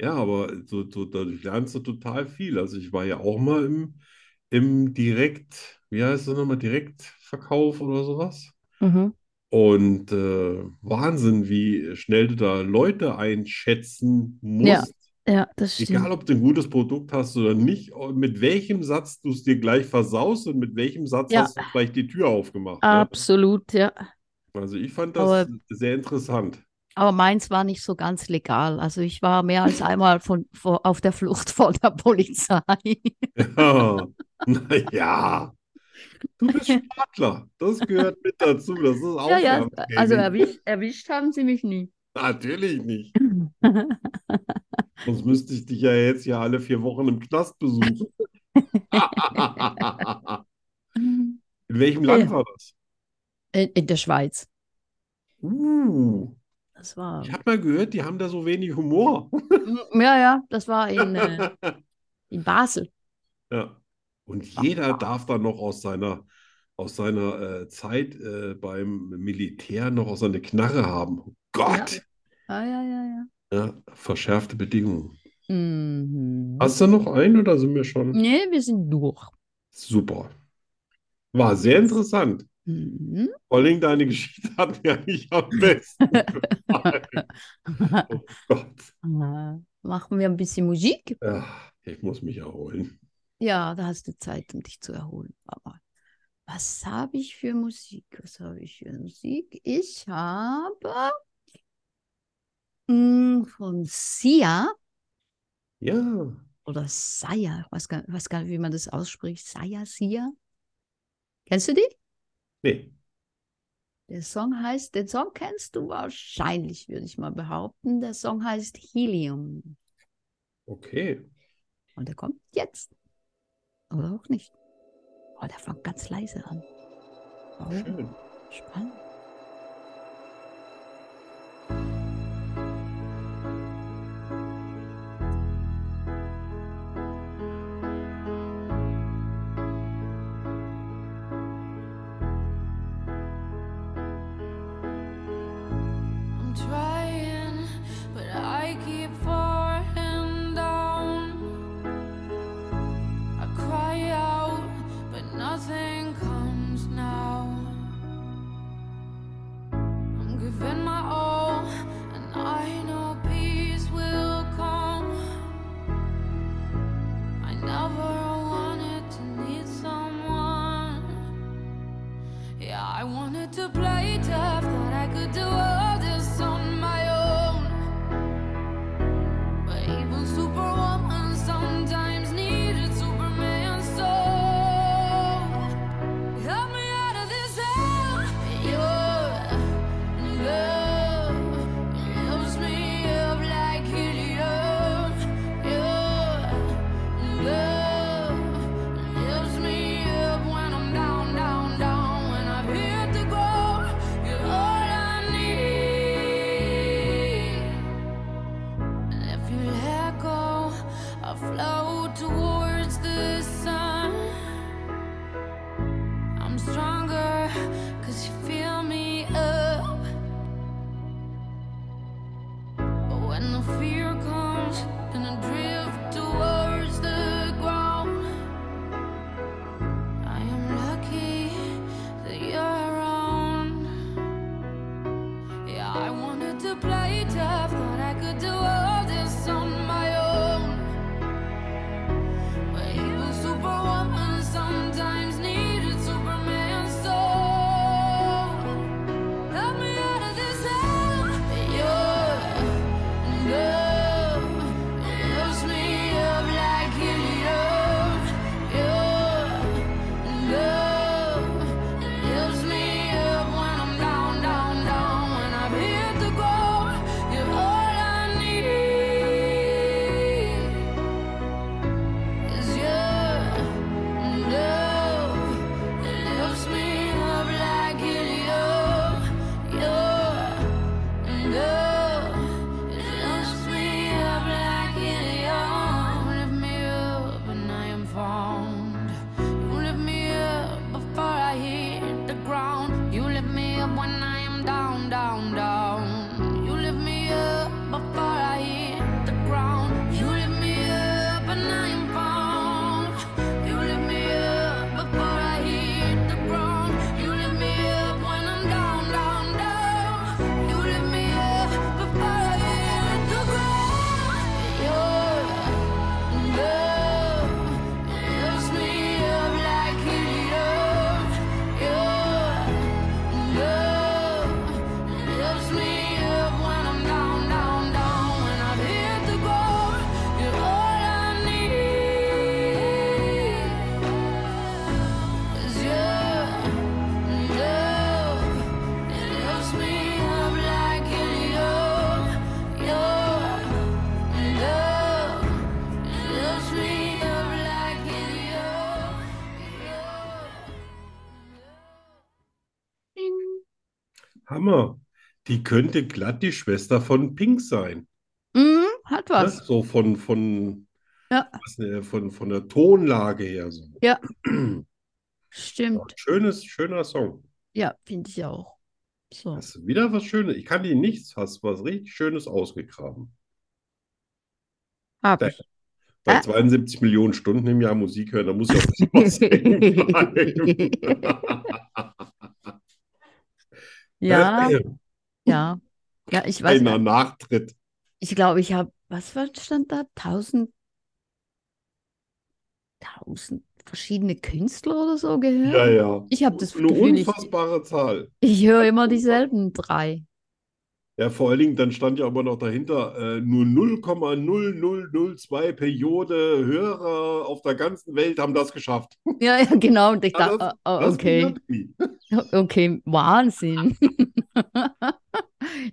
Ja, aber so, so, da lernst du total viel. Also ich war ja auch mal im, im Direkt, wie heißt das nochmal, Direktverkauf oder sowas.
Mhm.
Und äh, Wahnsinn, wie schnell du da Leute einschätzen
Ja,
musst,
Ja, das
egal
stimmt.
ob du ein gutes Produkt hast oder nicht, und mit welchem Satz du es dir gleich versaust und mit welchem Satz
Ja.
hast du gleich die Tür aufgemacht, ne?
Absolut, ja.
Also ich fand das
Aber-
sehr interessant. [LAUGHS]
Aber meins war nicht so ganz legal. Also ich war mehr als einmal von, vor, auf der Flucht vor der Polizei.
Ja, naja.
[LAUGHS]
Du bist Sportler. Das gehört mit dazu. Das ist
Ja, ja,
Aufgabentraining.
also erwischt, erwischt haben sie mich nie.
Natürlich
[LAUGHS]
nicht. Sonst müsste ich dich ja jetzt ja alle vier Wochen im
[LAUGHS]
Knast besuchen. In welchem Land war das?
In, in der Schweiz.
Uh,
Das war.
[LAUGHS] ich habe mal gehört, die haben da so wenig Humor.
Ja, ja, das war in, äh,
[LAUGHS]
in Basel.
Ja. Und jeder
ah.
darf dann noch aus seiner, aus seiner äh, Zeit äh, beim Militär noch aus seiner Knarre haben. Oh Gott!
Ja, ja, ja, ja.
Ja, verschärfte Bedingungen.
Mhm.
Hast du noch einen oder sind wir schon?
Nee, wir sind durch.
Super. War sehr interessant.
Mhm.
Vor allem deine Geschichte hat mir
[LAUGHS]
eigentlich am besten gefallen. Oh Gott.
Äh, Machen wir ein bisschen Musik.
Ja, ich muss mich erholen.
Ja, da hast du Zeit, um dich zu erholen. Aber was habe ich für Musik? Was habe ich für Musik? Ich habe mm, von Sia
Ja,
oder Sia, ich weiß gar, weiß gar nicht, wie man das ausspricht. Sia, Sia. Kennst du die?
nee.
Der Song heißt, den Song kennst du wahrscheinlich, würde ich mal behaupten. Der Song heißt Helium.
Okay.
Und der kommt jetzt. Oder auch nicht. Oh, der fängt ganz leise an. Oh,
Schön.
spannend.
I'm trying, but I keep falling down. I cry out, but nothing comes now. when the fear comes and I drift towards the ground. I am lucky that you're around. Yeah, I wanted to play tough, thought I could do all this on my own. But even Superwoman sometimes needed Superman, so. Help me out of this hell. Your love lifts me up like helium. Your love lifts me up when I'm down, down, down. When I've hit the ground, you're all I need. Is your love. Lifts me up like helium. Your love lifts me up like helium. You lift me up and I am found. You lift me up before I hit the ground. You lift me up when I am down, down, down. You lift me up before I hit the ground. You lift me up and I am found. You lift me up before I hit the ground. You lift me up when I'm down, down, down. You lift me up before I hit the ground. Your love lifts me up like helium. Your love lifts me up when I'm down, down, down. When I've hit the ground, you're all I need. 'Cause your love lifts me up like helium. Your love lifts me up like helium. Your
Hammer. Die könnte glatt die Schwester von Pink sein.
Mhm, hat
Ne?
was.
So von, von,
Ja.
was, äh, von, von der Tonlage her. So.
Ja. Stimmt.
Schönes, schöner Song.
Ja, finde ich auch. So.
Hast du wieder was Schönes? Ich kann dir nichts, hast was richtig Schönes ausgegraben.
Hab
Da-
ich.
Bei
Ah.
72 Millionen Stunden im Jahr Musik hören, da muss ja auch
[LAUGHS]
was hängen bleiben. [LAUGHS]
Ja, ja. Ja, ich weiß.
Einer Nachtritt.
Ich glaube, ich habe, was war, stand da? Tausend, tausend verschiedene Künstler oder so gehört.
Ja, ja.
Ich habe das
Eine
Gefühl, ich,
unfassbare Zahl.
ich höre immer dieselben drei.
Ja, vor allen Dingen, dann stand ja immer noch dahinter, äh, nur 0,0002 Periode Hörer auf der ganzen Welt haben das geschafft.
Ja, ja, genau. Und ich
Ja,
dachte,
Ah, das-
oh, oh,
Das
okay,
wundert mich.
[LAUGHS] okay, [LAUGHS] Wahnsinn.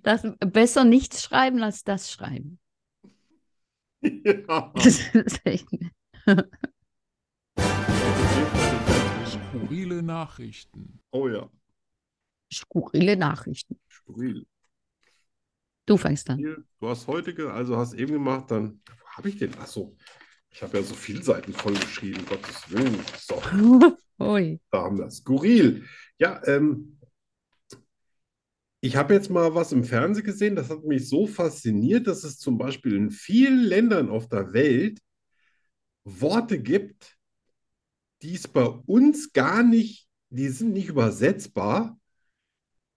Das, besser nichts schreiben als das schreiben.
[LAUGHS] Ja.
[LAUGHS] Das ist echt,
Skurrile Nachrichten.
Oh ja,
skurrile Nachrichten.
skurril.
Du fängst an.
Du hast heute, ge- also hast eben gemacht, dann wo habe ich den? Ach so, ich habe ja so viele Seiten vollgeschrieben, Gottes Willen. So,
[LAUGHS] Ui.
da haben wir es. Skurril. Ja, ähm, ich habe jetzt mal was im Fernsehen gesehen, das hat mich so fasziniert, dass es zum Beispiel in vielen Ländern auf der Welt Worte gibt, die es bei uns gar nicht, die sind nicht übersetzbar.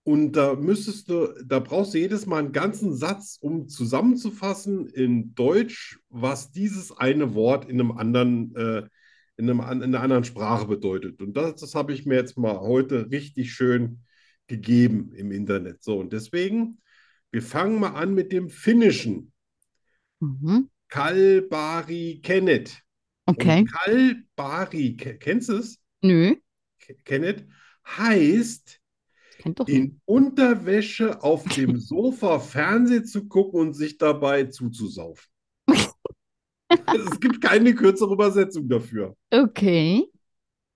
Und da müsstest du, da brauchst du jedes Mal einen ganzen Satz, um zusammenzufassen in Deutsch, was dieses eine Wort in einem anderen, äh, in einem, an- in einer anderen Sprache bedeutet. Und das, das habe ich mir jetzt mal heute richtig schön gegeben im Internet. So, und deswegen, wir fangen mal an mit dem Finnischen.
Mhm.
Kalbari Kennet.
Okay.
Und Kalbari, ke- kennst du es?
Nö,
Ke- Kennet heißt
kennt doch nicht.
in Unterwäsche auf dem Sofa Fernsehen zu gucken und sich dabei zuzusaufen. Es gibt keine kürzere Übersetzung dafür.
Okay.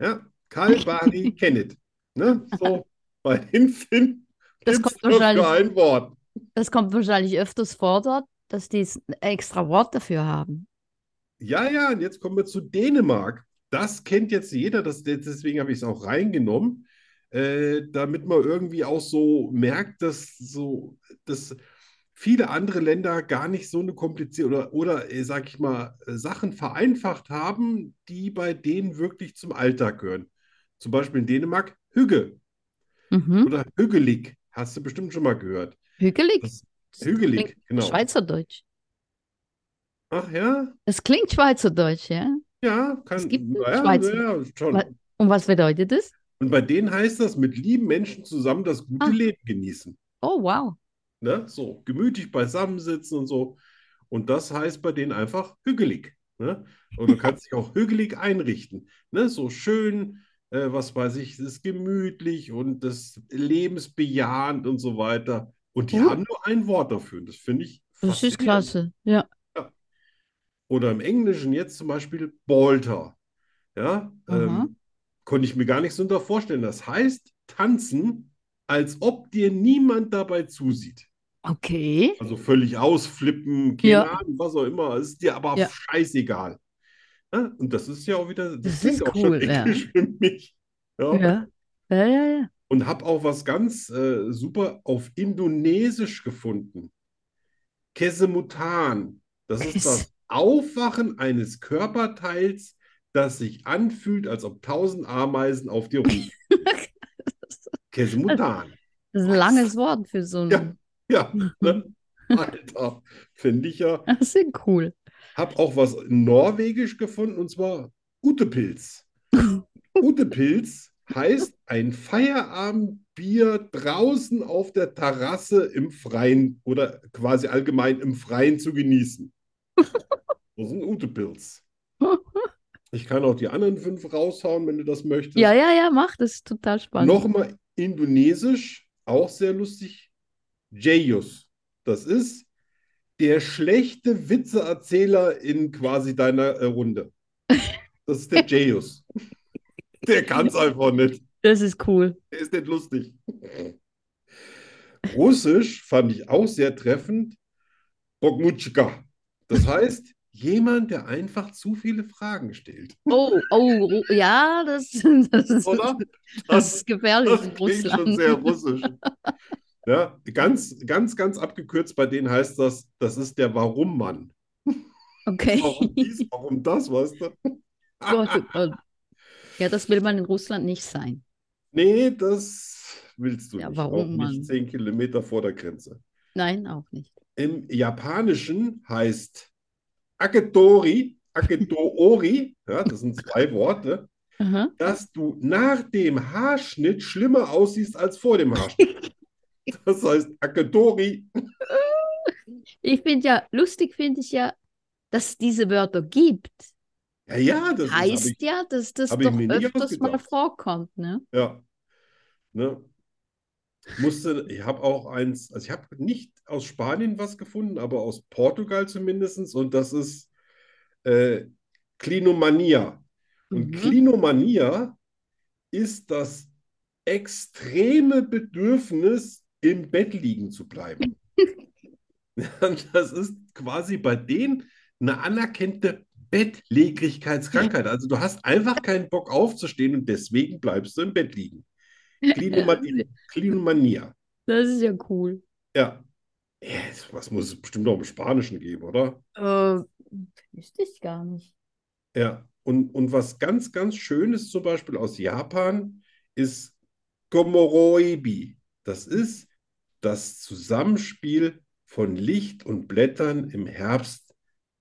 Ja,
[LAUGHS]
Kalbari Kennet. Ne? So, bei [LAUGHS] den Finn
Das
gibt's
kommt wahrscheinlich-
dafür ein Wort.
Das kommt wahrscheinlich öfters vor dort, dass die s- ein extra Wort dafür haben.
Ja, ja, und jetzt kommen wir zu Dänemark. Das kennt jetzt jeder, das, deswegen habe ich es auch reingenommen, äh, damit man irgendwie auch so merkt, dass so, dass viele andere Länder gar nicht so eine komplizierte oder, oder äh, sag ich mal, äh, Sachen vereinfacht haben, die bei denen wirklich zum Alltag gehören. Zum Beispiel in Dänemark Hügge
Mhm.
oder Hügelig. Hast du bestimmt schon mal gehört.
Hügelig.
Das- Hügelig,
klingt
genau.
Schweizerdeutsch.
Ach ja,
Das klingt Schweizerdeutsch, ja?
ja, kann,
Es gibt
naja,
Schweizer.
naja, schon.
Wa- Und was bedeutet das?
Und bei denen heißt das, mit lieben Menschen zusammen das gute
Ah.
Leben genießen.
Oh, wow.
Ne? So, gemütlich beisammensitzen und so. Und das heißt bei denen einfach hügelig. Ne? Und
[LAUGHS]
du kannst dich auch hügelig einrichten. Ne? So schön, äh, was weiß ich, es ist gemütlich und das lebensbejahend und so weiter. Und die
Uh.
haben nur ein Wort dafür. Und das finde ich
Das ist
faszinierend.
klasse. Ja.
Oder im Englischen jetzt zum Beispiel Bolter. Ja,
Aha.
ähm, konnte ich mir gar nichts unter vorstellen. Das heißt, tanzen, als ob dir niemand dabei zusieht.
Okay.
Also völlig ausflippen, keine
Ja.
Ahnung, was auch immer. Es ist dir aber
Ja.
scheißegal. Ja, und das ist ja auch wieder, das
Das
klingt
ist
auch schon
cool, ja.
englisch für mich. Ja.
Ja. Ja, ja, ja.
Und habe auch was ganz äh, super auf Indonesisch gefunden. Kesemutan. Das ist
Kes-
das Aufwachen eines Körperteils, das sich anfühlt, als ob tausend Ameisen auf dir rumfliegen. Kesemutan.
Das ist ein langes Wort für so ein.
Ja. Ja, ne? Alter, finde ich ja.
[LAUGHS] Das ist cool.
Hab auch was in Norwegisch gefunden und zwar Utepilz. Utepilz heißt ein Feierabendbier draußen auf der Terrasse im Freien oder quasi allgemein im Freien zu genießen. Das ist ein Utepilz. Ich kann auch die anderen fünf raushauen, wenn du das möchtest.
Ja, ja, ja, mach das. ist Total spannend.
Nochmal Indonesisch, auch sehr lustig. Jayus. Das ist der schlechte Witzeerzähler in quasi deiner äh, Runde. Das ist der Jayus. Der kann es einfach nicht.
Das ist cool.
Der ist nicht lustig. Russisch fand ich auch sehr treffend. Bogmutschka. Das heißt, jemand, der einfach zu viele Fragen stellt.
Oh, oh, oh, ja, das, [LAUGHS] das ist, [LAUGHS]
Oder?
das ist gefährlich
Das
in
klingt schon
Russland. [LAUGHS]
sehr russisch. Ja, ganz, ganz, ganz abgekürzt bei denen heißt das, das ist der Warum-Mann. [LAUGHS]
Okay.
Warum dies, warum das, weißt du?
[LAUGHS] Gott, oh Gott. Ja, das will man in Russland nicht sein.
Nee, das willst du
Ja,
nicht. Auch
warum,
nicht
Mann?
zehn Kilometer vor der Grenze.
Nein, auch nicht.
Im Japanischen heißt Aketori, Aketoori, ja, das sind zwei Worte,
Aha.
dass du nach dem Haarschnitt schlimmer aussiehst als vor dem Haarschnitt.
[LAUGHS]
Das heißt Aketori.
Ich finde ja, lustig finde ich ja, dass es diese Wörter gibt.
Ja, ja, das ist, hab ich
Heißt ja, dass das
hab ich
doch
mir nicht
öfters mal
ausgedacht.
vorkommt, ne?
Ja. Ne? Musste, ich habe auch eins, also ich habe nicht aus Spanien was gefunden, aber aus Portugal zumindest. Und das ist äh, Klinomania. Und
Mhm.
Klinomania ist das extreme Bedürfnis, im Bett liegen zu bleiben. Und Das ist quasi bei denen eine anerkannte Bettlägerigkeitskrankheit. Also du hast einfach keinen Bock aufzustehen und deswegen bleibst du im Bett liegen. Klinomanie, Klinomania.
Das ist ja cool.
Ja. Ja, was muss es bestimmt auch im Spanischen geben, oder?
Äh, wüsste ich gar nicht.
Ja. Und, und was ganz, ganz Schönes zum Beispiel aus Japan ist Komoroebi. Das ist das Zusammenspiel von Licht und Blättern im Herbst,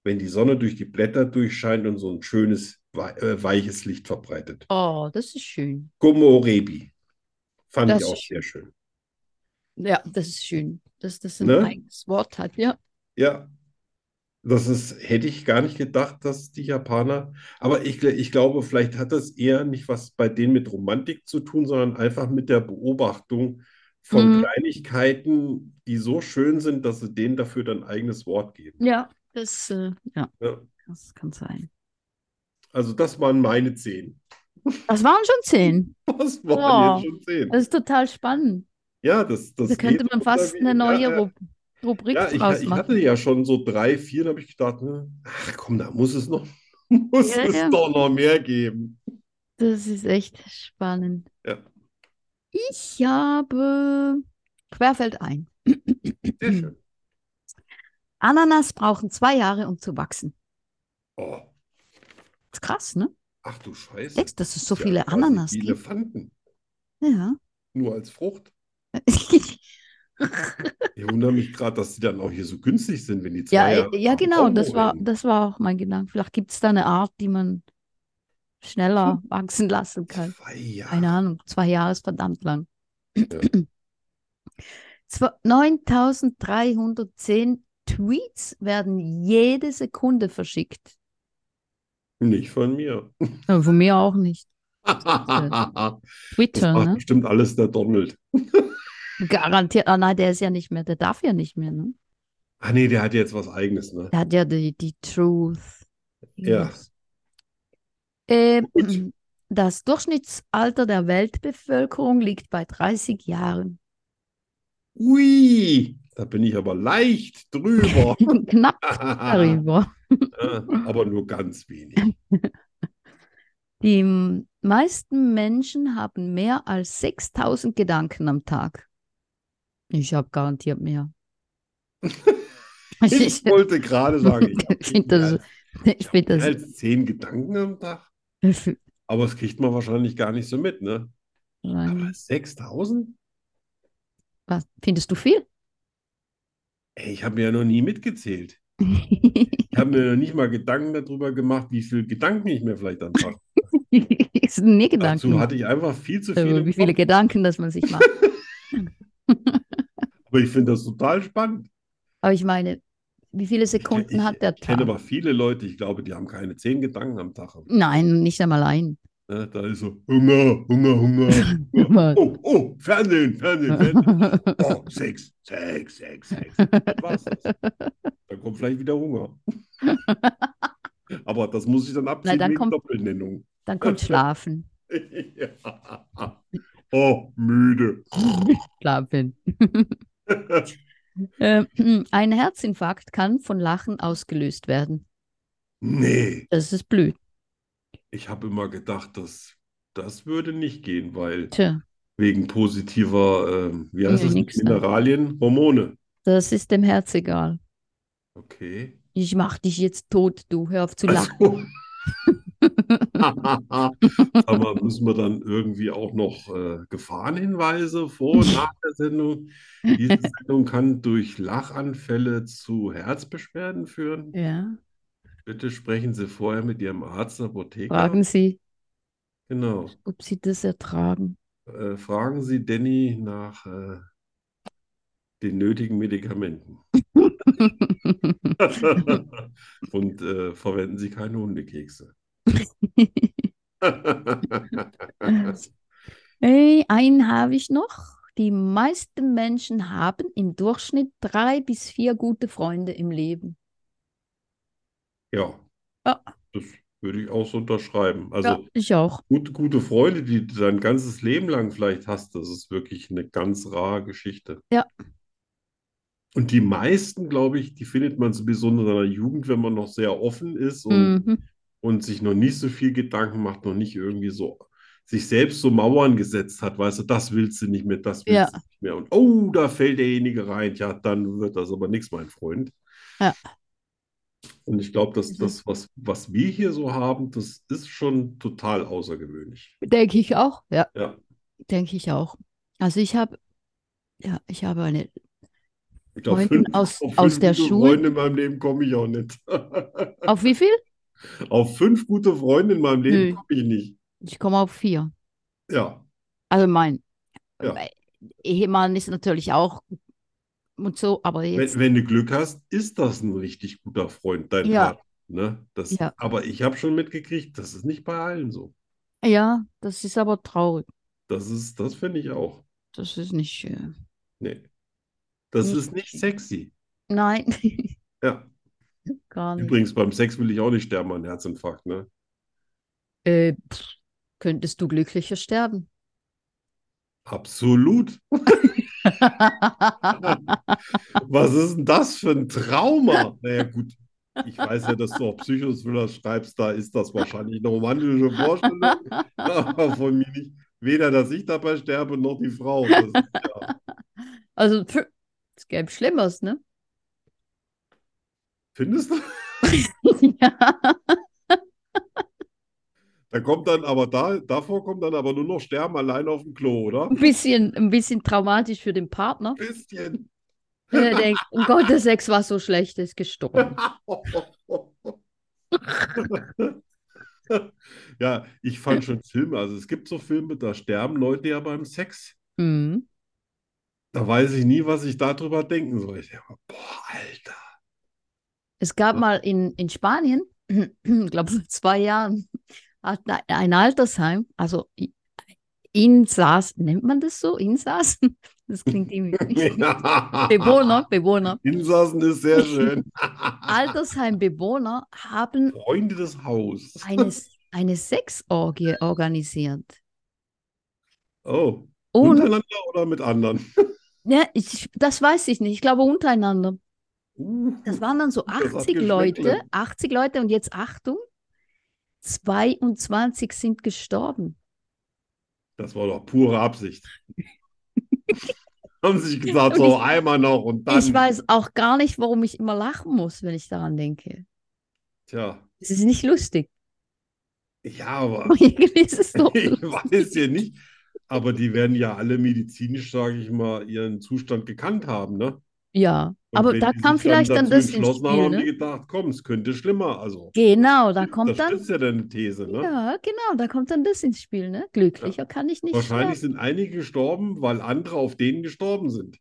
wenn die Sonne durch die Blätter durchscheint und so ein schönes, wei- äh, weiches Licht verbreitet.
Oh, das ist schön.
Komorebi. Fand
Das
ich
ist
auch sehr schön.
Ja, das ist schön, dass das ein
Ne?
eigenes Wort hat. Ja,
Ja, das ist, hätte ich gar nicht gedacht, dass die Japaner, aber ich, gl- ich glaube, vielleicht hat das eher nicht was bei denen mit Romantik zu tun, sondern einfach mit der Beobachtung von
Mhm.
Kleinigkeiten, die so schön sind, dass sie denen dafür dann eigenes Wort geben.
ja, das, äh, ja,
Ja,
das kann sein.
also das waren meine zehn. [LAUGHS]
Das waren schon zehn.
Das waren
Wow.
jetzt schon zehn.
Das ist total spannend.
Ja, das, das
Da könnte
geht
man fast
unter wie-
eine neue
ja, ja.
Ru- Rubrik
Ja, ich,
draus
ich
machen.
hatte ja schon so drei, vier, da habe ich gedacht, ne, ach komm, da muss es noch, [LAUGHS] muss
Ja,
es
ja.
doch noch mehr geben.
Das ist echt spannend.
Ja.
Ich habe querfeld ein. [CLEARS THROAT]
Sehr schön.
Ananas brauchen zwei Jahre, um zu wachsen.
Oh,
ist krass, ne?
ach du Scheiße.
Denkst, dass es so
Ist ja
viele
quasi
Ananas
wie
gibt?
Elefanten,
Ja. [LAUGHS]
nur als Frucht. Ich wundere mich gerade, dass die dann auch hier so günstig sind, wenn die zwei
ja,
Jahre Oh,
äh, ja,
am
genau,
Baum
das war,
hängen.
das war auch mein Gedanke. Vielleicht gibt es da eine Art, die man schneller wachsen lassen kann.
Zwei Jahre.
Keine Ahnung, zwei Jahre ist verdammt lang.
Ja.
[CLEARS THROAT] Zwa- 9310 Tweets werden jede Sekunde verschickt.
Nicht
[LAUGHS]
von mir.
Ja, Von mir auch nicht.
Das
Twitter,
macht
ne?
bestimmt alles der Donald.
Garantiert. Ah, nein, der ist ja nicht mehr, der darf ja nicht mehr, ne?
Ah nee, der hat jetzt was eigenes, ne?
Der hat ja die, die Truth.
Ja.
Ähm,
Gut.
das Durchschnittsalter der Weltbevölkerung liegt bei 30 Jahren.
Ui, da bin ich aber
[LAUGHS]
leicht drüber.
Knapp
Ah.
darüber.
Aber nur ganz wenig.
[LAUGHS] Die m- meisten Menschen haben mehr als 6000 Gedanken am Tag. Ich habe garantiert mehr.
Ich wollte gerade sagen, ich hab
Ich finde das, ich find
mehr
das
als zehn Gedanken am Tag. Aber das kriegt man wahrscheinlich gar nicht so mit, ne? Aber 6000?
Was, findest du viel? [LAUGHS]
Ey, ich habe mir ja noch
[LAUGHS]
nie mitgezählt. Ich habe mir noch nicht mal Gedanken darüber gemacht, wie viele Gedanken ich mir vielleicht
[LAUGHS]
am Tag.
Es sind nie Gedanken.
Dazu hatte ich einfach viel zu viel
darüber,
im
wie viele
Kopf.
Gedanken, dass man
[LAUGHS]
sich macht.
Aber ich finde das total spannend.
Aber ich meine, wie viele
Ich ke-
Sekunden
ich
hat der
kenne
Tag?
aber viele Leute, ich glaube, die haben keine zehn Gedanken am Tag.
Nein, nicht einmal
[LAUGHS]
ein.
Ne? Da ist so Hunger,
[LAUGHS]
Hunger, Hunger. Hunger. Oh, oh, Fernsehen, Fernsehen, Fernsehen. Oh, Sex, Sex, Sex, Sex. Dann war's das. Dann kommt vielleicht
[LAUGHS]
wieder Hunger. Aber das muss ich dann abziehen
dann
wegen
kommt-
Doppelnennung.
Dann [LAUGHS] kommt Schlafen.
[LAUGHS] ja. Oh, müde.
[LAUGHS] Schlafen. Ähm, [CLEARS THROAT] Ein Herzinfarkt kann von Lachen ausgelöst werden.
nee,
Das ist blöd.
ich habe immer gedacht, dass das würde nicht gehen, weil
Tja,
wegen positiver, ähm, wie heißt
Ja,
es,
nix, ne?
Mineralien, Hormone.
das ist dem Herz egal.
Okay.
Ich mach dich jetzt tot, du. Hör auf zu lachen.
Also. [LAUGHS] Aber müssen wir dann irgendwie auch noch äh, Gefahrenhinweise vor und nach der Sendung? Diese Sendung kann durch Lachanfälle zu Herzbeschwerden führen.
Ja.
Bitte sprechen Sie vorher mit Ihrem Arzt, Apotheker.
Fragen Sie,
Genau.
ob Sie das ertragen.
Äh, fragen Sie Danny nach äh, den
[LAUGHS]
nötigen Medikamenten. Und äh, verwenden Sie
[LAUGHS]
keine Hundekekse.
Hey, einen habe ich noch. Die meisten Menschen haben im Durchschnitt drei bis vier gute Freunde im Leben.
Ja,
Ja.
das würde ich auch so unterschreiben.
Ja,
Also
ich auch.
gut, gute Freunde, die du dein ganzes Leben lang vielleicht hast, das ist wirklich eine ganz rare Geschichte.
Ja.
Und die meisten, glaube ich, die findet man sowieso in seiner Jugend, wenn man noch sehr offen ist und,
Mhm.
und sich noch nicht so viel Gedanken macht, noch nicht irgendwie so sich selbst so Mauern gesetzt hat, weißt du, das willst du nicht mehr, das
Ja.
willst du nicht mehr. Und oh, da fällt derjenige rein, ja, dann wird das aber nichts, mein Freund.
Ja.
Und ich glaube, dass
Mhm.
das, was, was wir hier so haben, das ist schon total außergewöhnlich.
Denke ich auch. Ja,
Ja.
denke ich auch. Also ich habe, ja, ich habe eine
Ich glaube,
Freunden
fünf,
aus-
auf
aus
fünf
der
gute
Schule?
Freunde in meinem Leben komme ich auch nicht. [LAUGHS]
Auf wie viel?
Auf fünf gute Freunde in meinem Leben
Nö.
komme ich nicht.
Ich komme auf vier.
Ja,
Also mein
Ja.
mein Ehemann ist natürlich auch und so, aber
wenn,
jetzt
wenn du Glück hast, ist das ein richtig guter Freund, dein
Ja.
Partner. Ne? Das,
Ja.
aber ich habe schon mitgekriegt, das ist nicht bei allen so.
ja, das ist aber traurig.
Das ist, das finde ich auch.
Das ist nicht schön.
Nee. Das
Nee.
ist nicht sexy.
Nein, [LAUGHS]
Ja.
gar nicht.
Übrigens, beim Sex will ich auch nicht sterben an Herzinfarkt, ne?
Äh, pff, könntest du glücklicher sterben?
Absolut. Was ist denn das für ein Trauma? Naja, gut, ich weiß ja, dass du auch Psychothriller schreibst, da ist das wahrscheinlich eine romantische Vorstellung, aber von mir nicht. Weder, dass ich dabei sterbe, noch die Frau. Das ist ja,
Also, pff, es gäbe Schlimmeres, ne?
Findest du?
[LAUGHS] ja.
Da kommt dann aber da, davor kommt dann aber nur noch Sterben allein auf dem Klo, oder?
Ein bisschen, ein bisschen traumatisch für den Partner.
bisschen.
Wenn er denkt, oh Gott, der Sex war so schlecht, er ist
[LAUGHS]
gestorben.
[LAUGHS] ja, ich fand schon Filme, also es gibt so Filme, da sterben Leute ja beim Sex.
Mhm.
Da weiß ich nie, was ich darüber denken soll. Ich denke, mal, boah, Alter.
Es gab
Ja.
mal in, in Spanien, [CLEARS THROAT] ich glaube vor zwei Jahren, hat ein- ein Altersheim, also i- Insass, nennt man das so? Insass? [LAUGHS] Das klingt
[LAUGHS]
irgendwie. Bewohner, Bewohner.
Insassen ist sehr schön.
Altersheimbewohner haben
Freunde des Hauses.
eine, eine Sexorgie organisiert.
Oh,
Und
untereinander oder mit anderen?
ja, ich, das weiß ich nicht, ich glaube untereinander.
Uh,
Das waren dann so
das hat
80
Geschmäckle.
Leute, 80 Leute und jetzt Achtung, 22 sind gestorben.
das war doch
[LAUGHS]
pure Absicht. Haben sich gesagt,
Und
so
ich-
einmal noch und dann.
Ich weiß auch gar nicht, warum ich immer lachen muss, wenn ich daran denke.
Tja,
Es ist nicht lustig. [LAUGHS]
ja, aber
Irgendwie ist
[LAUGHS]
es doch
ich weiß ja nicht. Aber die werden ja alle medizinisch, sage ich mal, ihren Zustand gekannt haben, ne?
Ja,
Und
aber
wenn
da
die sich
kam vielleicht dann
dazu
das ins
entschlossen haben,
Spiel.
haben die
Ne?
gedacht, komm, es könnte schlimmer. Also,
Genau, da kommt
das
dann.
ist ja deine These, ne?
Ja, genau, da kommt dann das ins Spiel. Ne? Glücklicher kann ich nicht
Wahrscheinlich sind einige gestorben, weil andere auf denen
[LAUGHS]
gestorben sind.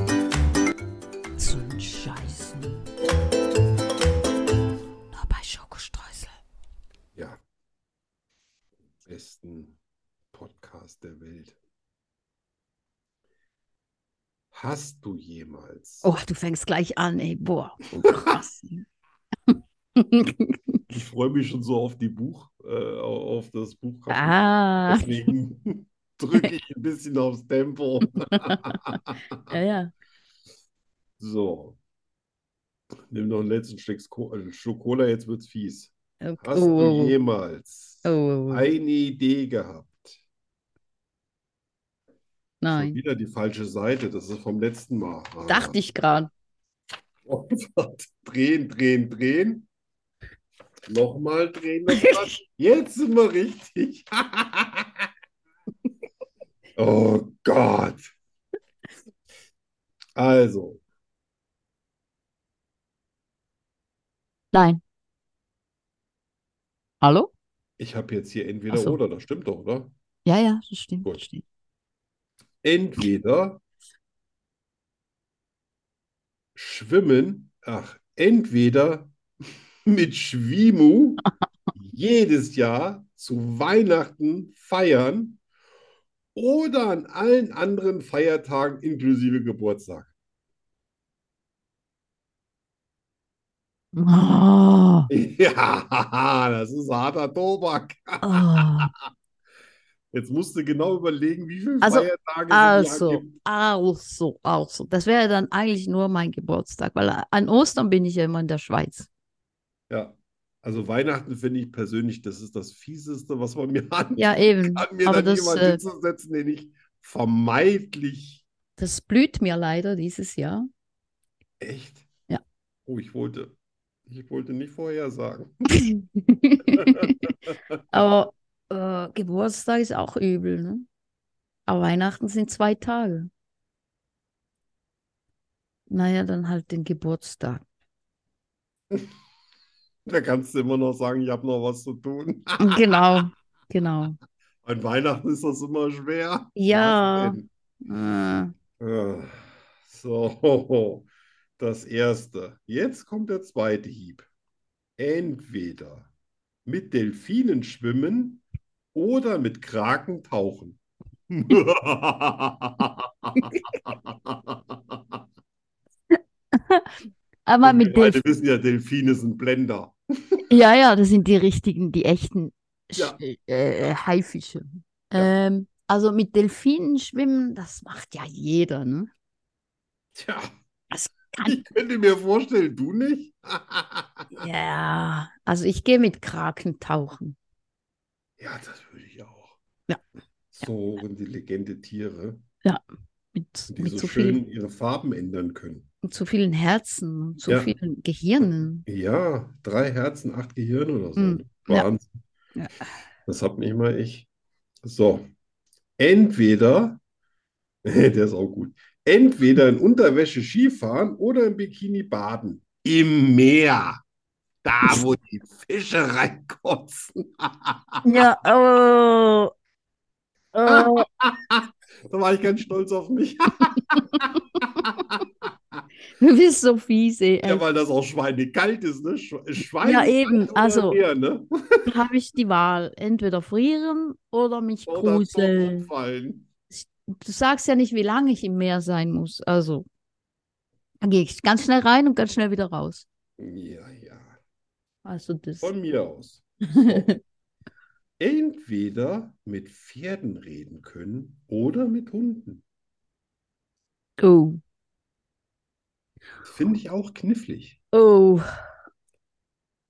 Zum Scheißen. Nur bei Schokostreusel.
Ja. Besten Podcast der Welt. Hast du jemals
Oh, du fängst gleich an, ey,
[LAUGHS]
boah. Oh, Krass.
Ich freue mich schon so auf die Buch, äh, auf das Buchkapitel.
ah, [LAUGHS]
Deswegen drücke ich ein bisschen aufs Tempo.
ja, ja.
So. Nimm noch einen letzten Schluck Co- äh, Schluck Cola, jetzt wird's fies.
Okay.
Hast du
Oh,
jemals
oh, oh, oh.
eine Idee gehabt? Schon
Nein,
wieder die falsche Seite, das ist vom letzten Mal. Ah.
dachte ich gerade.
[LAUGHS] Drehen, drehen, drehen. Nochmal drehen. das Rad. Jetzt sind wir richtig. [LAUGHS] oh Gott. Also,
Nein. Hallo?
ich habe jetzt hier entweder
Ach so.
oder, das stimmt doch, oder?
Ja, ja, das stimmt.
Gut. Entweder schwimmen, ach, entweder [LAUGHS] mit Schwimu jedes Jahr zu Weihnachten feiern oder an allen anderen Feiertagen inklusive Geburtstag. [LAUGHS]
Oh,
Ja, das ist harter Tobak.
oh.
Jetzt musst du genau überlegen, wie viele
Also,
Feiertage es im Jahr
[LAUGHS] Also,
gibt.
also, also. Das wäre dann eigentlich nur mein Geburtstag, weil an Ostern bin ich ja immer in der Schweiz.
Ja, also Weihnachten finde ich persönlich, das ist das Fieseste, was man mir [LAUGHS] an
Ja, eben.
an mir
Aber
dann
das,
jemanden
äh,
hinzusetzen, den ich vermeintlich
das blüht mir leider dieses Jahr.
echt.
Ja.
Oh, ich wollte, ich wollte nicht vorhersagen. [LAUGHS]
Aber äh, Geburtstag ist auch übel, ne? Aber Weihnachten sind zwei Tage. Naja, dann halt den Geburtstag.
Da kannst du immer noch sagen, ich habe noch was zu tun. [LAUGHS]
Genau, genau.
An Weihnachten ist das immer schwer.
Ja.
Was denn?
Äh,
Ah, So, [LAUGHS] das erste. Jetzt kommt der zweite Hieb. Entweder
[LAUGHS]
mit Delfinen schwimmen oder mit Kraken tauchen.
Aber mit Delfinen.
Wir beide wissen ja, Delfine sind Blender.
Ja, ja, das sind die richtigen, die echten
Ja.
Sch- äh, Haifische. Ähm, also mit Delfinen schwimmen, das macht ja jeder, ne?
Tja,
Das kann-
[LAUGHS] ich könnte mir vorstellen, du nicht? [LAUGHS]
Ja, also ich gehe mit Kraken tauchen.
Ja, das würde ich auch.
Ja.
So intelligente Tiere,
Mit,
die
mit
so
so vielen,
schön ihre Farben ändern können.
mit so vielen Herzen und so
Ja.
vielen
[LAUGHS]
Gehirnen.
Ja, drei Herzen, acht Gehirne oder so.
Hm, ja.
Wahnsinn.
Ja.
Das hab nicht mal ich. So. Entweder, [LAUGHS] der ist auch gut, entweder in Unterwäsche Skifahren oder im Bikini baden. Im Meer. Da,
[LAUGHS]
wo die Fische reinkotzen. [LAUGHS]
Ja, oh.
[LAUGHS]
oh.
Da war ich ganz stolz auf mich. [LAUGHS]
Du bist so fies, ey.
Ja, weil das auch schweinekalt ist, ne? Sch Schweine
Ja, eben,
oder
also-
Meer, ne?
Da habe ich die Wahl. Entweder frieren oder mich
Oder tot
gruseln.
umfallen.
Du sagst ja nicht, wie lange ich im Meer sein muss. Also, dann gehe ich ganz schnell rein und ganz schnell wieder raus.
Ja, ja.
Also das.
Von mir [LAUGHS] aus. So. Entweder mit Pferden reden können oder mit Hunden.
Oh.
Das finde ich auch knifflig.
Oh.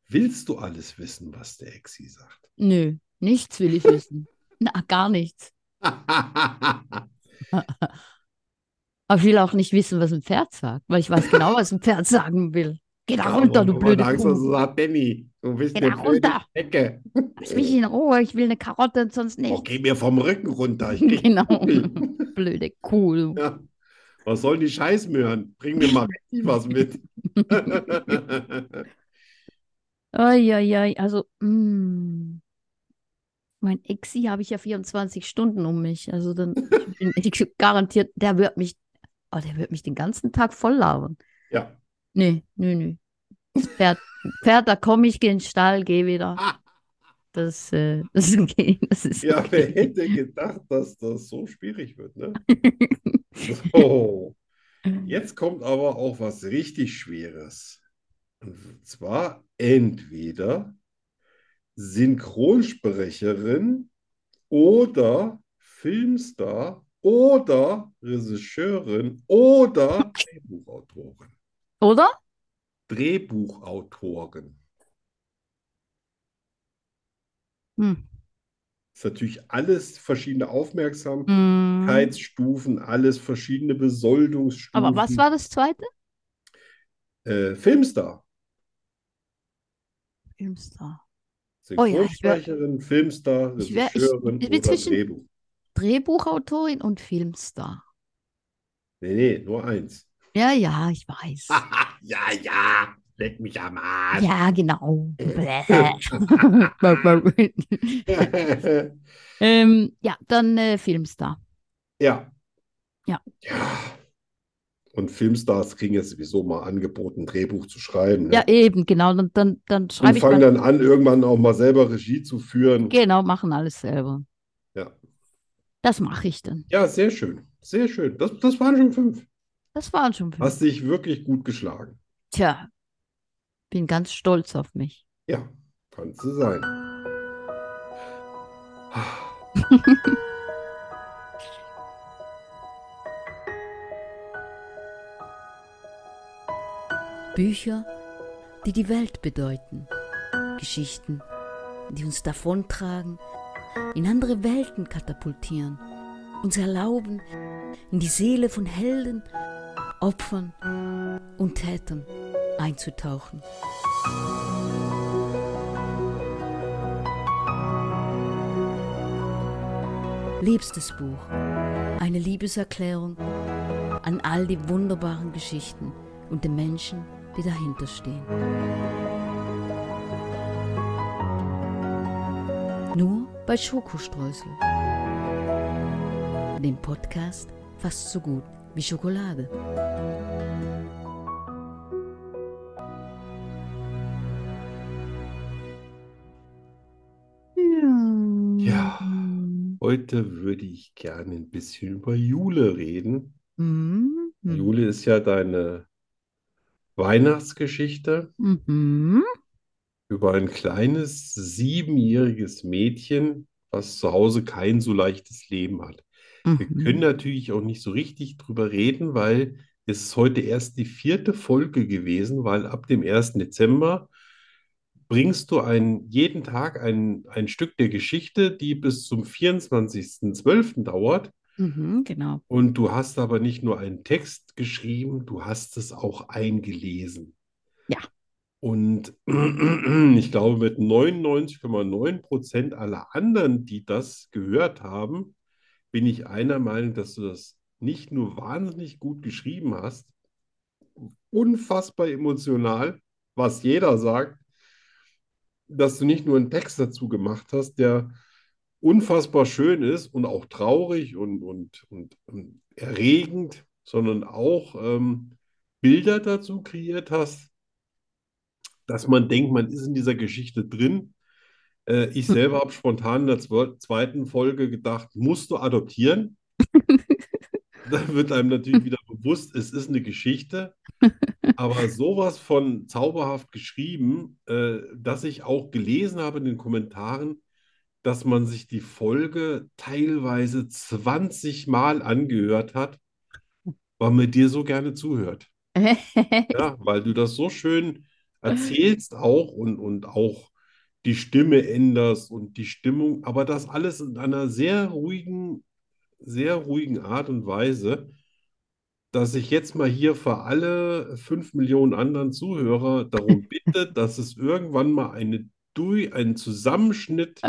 Willst du alles wissen, was der Exi [LAUGHS] sagt?
Nö, nichts will ich wissen. Na, gar nichts. Aber ich will auch nicht wissen, was ein Pferd sagt, weil ich weiß genau, was ein Pferd sagen will. Geh da runter, du blöde
Angst, dass
Kuh.
du sagst, Danny, du bist
Geh
eine
da
blöde
runter.
Schnecke.
Lass mich in Ruhe, ich will eine Karotte und sonst
Oh,
nichts.
geh mir vom Rücken
[LAUGHS]
runter. Ich krieg
Genau.
Kugel.
Blöde Kuh. du.
[LAUGHS] Ja. Was sollen die Scheißmöhren? Bring mir mal richtig was
[LAUGHS]
mit. [LAUGHS]
Ai, ai, ai. Also, mm. mein Exi habe ich ja 24 Stunden um mich. Also dann ich bin ich garantiert, der wird mich, oh, der wird mich den ganzen Tag voll labern.
ja.
Nee, nee, nee. Das Pferd, Pferd da komme ich, gehe in den Stall, gehe wieder. Das, äh, [LAUGHS] das ist okay. Das ist
Ja, wer
okay.
hätte gedacht, dass das so schwierig wird,
[LAUGHS]
ne? So, jetzt kommt aber auch was richtig Schweres. Und zwar entweder Synchronsprecherin oder Filmstar oder Regisseurin oder Drehbuchautorin.
Oder?
Drehbuchautorin.
Hm.
Ist natürlich alles verschiedene Aufmerksamkeit.
Mm.
Fähigkeitsstufen, alles verschiedene Besoldungsstufen.
Aber was war das zweite?
Äh, Filmstar.
Filmstar. Oh ja, ich wär-
Synchronsprecherin, Filmstar,
ich wär- ich-
Regisseurin
ich
oder
bin zwischen-
Drehbuch.
Drehbuchautorin und Filmstar.
Nee, nee, nur eins. [LAUGHS]
Ja, ja, ich weiß.
ja, ja, leck mich am Arsch.
Ja, genau.
Äh, [LAUGHS]
Bäh. [LAUGHS] ähm, ja, dann äh, Filmstar.
Ja.
Ja.
Ja. Und Filmstars kriegen jetzt sowieso mal angeboten, ein Drehbuch zu schreiben. ne?
Ja, eben, genau. Dann, dann, dann
Und
schreibe ich
fangen
mal.
dann an, irgendwann auch mal selber Regie zu führen.
Genau, machen alles selber.
Ja.
Das mache ich dann.
Ja, sehr schön. Sehr schön. Das, das waren schon fünf.
Das waren schon fünf.
Hast dich wirklich gut geschlagen.
Tja, bin ganz stolz auf mich.
Ja, kannst du sein.
Bücher, die die Welt bedeuten. Geschichten, die uns davontragen, in andere Welten katapultieren, uns erlauben, in die Seele von Helden, Opfern und Tätern einzutauchen. Liebstes Buch. Eine Liebeserklärung an all die wunderbaren Geschichten und den Menschen, die dahinter stehen. Nur bei Schokostreusel. Dem Podcast fast so gut wie Schokolade.
Ja, heute würde ich gerne ein bisschen über Jule reden.
Mhm.
Jule ist ja deine Weihnachtsgeschichte
Mhm.
über ein kleines siebenjähriges Mädchen, was zu Hause kein so leichtes Leben hat. Wir
Mhm.
können natürlich auch nicht so richtig drüber reden, weil es ist heute erst die vierte Folge gewesen, weil ab dem 1. Dezember bringst du ein, jeden Tag ein, ein Stück der Geschichte, die bis zum 24.12. dauert.
Mhm, genau.
Und du hast aber nicht nur einen Text geschrieben, du hast es auch eingelesen.
Ja.
Und [CLEARS THROAT] ich glaube, mit 99,9 Prozent aller anderen, die das gehört haben, bin ich einer Meinung, dass du das nicht nur wahnsinnig gut geschrieben hast, unfassbar emotional, was jeder sagt, dass du nicht nur einen Text dazu gemacht hast, der unfassbar schön ist und auch traurig und, und, und, und erregend, sondern auch ähm, Bilder dazu kreiert hast, dass man denkt, man ist in dieser Geschichte drin. Äh, ich selber habe spontan in der zwe- zweiten Folge gedacht, musst du adoptieren? Dann wird einem natürlich wieder bewusst, es ist eine Geschichte, aber sowas von zauberhaft geschrieben, äh, dass ich auch gelesen habe in den Kommentaren, dass man sich die Folge teilweise 20 Mal angehört hat, weil man dir so gerne zuhört. Ja, weil du das so schön erzählst auch und, und auch die Stimme änderst und die Stimmung, aber das alles in einer sehr ruhigen, sehr ruhigen Art und Weise, dass ich jetzt mal hier für alle 5 Millionen anderen Zuhörer darum bitte, dass es irgendwann mal eine, durch- einen Zusammenschnitt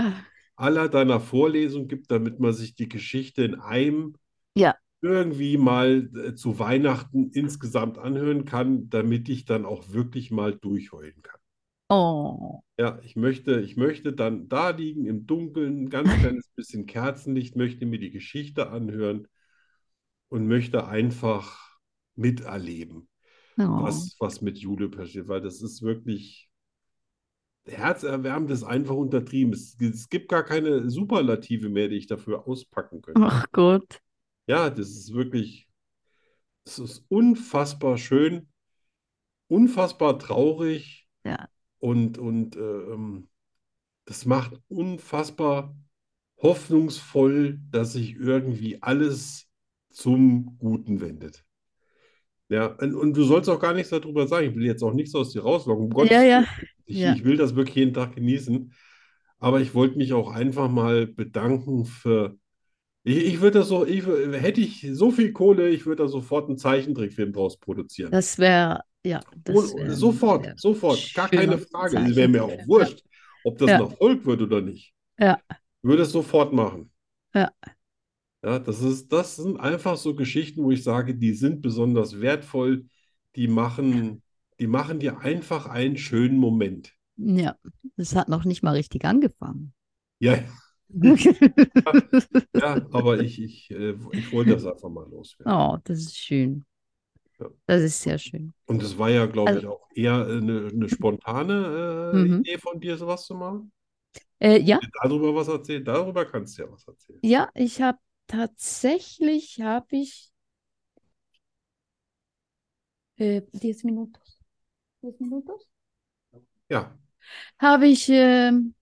aller deiner Vorlesung gibt, damit man sich die Geschichte in einem
Ja.
irgendwie mal äh, zu Weihnachten insgesamt anhören kann, damit ich dann auch wirklich mal durchheulen kann.
Oh.
Ja, ich möchte, ich möchte dann da liegen im Dunkeln, ein ganz kleines bisschen Kerzenlicht, möchte mir die Geschichte anhören und möchte einfach miterleben,
Oh.
was, was mit Jule passiert, weil das ist wirklich herzerwärmend, ist einfach untertrieben. Es, es gibt gar keine Superlative mehr, die ich dafür auspacken könnte.
Ach Gott.
Ja, das ist wirklich, es ist unfassbar schön, unfassbar traurig
Ja.
und, und äh, ähm, das macht unfassbar hoffnungsvoll, dass sich irgendwie alles zum Guten wendet. Ja, und, und du sollst auch gar nichts darüber sagen. Ich will jetzt auch nichts aus dir rauslocken. Um Gottes
Ja, ja.
Willen. Ich,
Ja.
ich will das wirklich jeden Tag genießen. Aber ich wollte mich auch einfach mal bedanken für. Ich, ich würde das so, ich, wür- hätte ich so viel Kohle, ich würde da sofort einen Zeichentrickfilm draus produzieren.
Das wäre, ja, das
Oh,
wäre.
sofort,
ja.
sofort, gar
schöner
keine Frage. Es wäre mir auch
Zeichentrickfilm.
wurscht, ob das
Ja.
ein Erfolg wird oder nicht.
Ja.
Würde es sofort machen.
Ja.
Ja, das ist, das sind einfach so Geschichten, wo ich sage, die sind besonders wertvoll, die machen, die machen dir einfach einen schönen Moment.
Ja, das hat noch nicht mal richtig
[LAUGHS]
angefangen. [LAUGHS]
Ja, ja, aber ich, ich, äh, ich wollte das einfach mal
[LAUGHS]
loswerden.
Oh, das ist schön.
Ja.
Das ist sehr schön.
Und es war ja, glaube
Also-
ich, auch eher eine, eine spontane äh,
Mhm.
Idee von dir, sowas zu machen.
Äh, ja,
Darüber was erzählen, darüber kannst du ja was erzählen.
ja, ich habe tatsächlich, habe ich äh, 10 minutos. 10 minutos?
Ja,
Habe ich, ähm,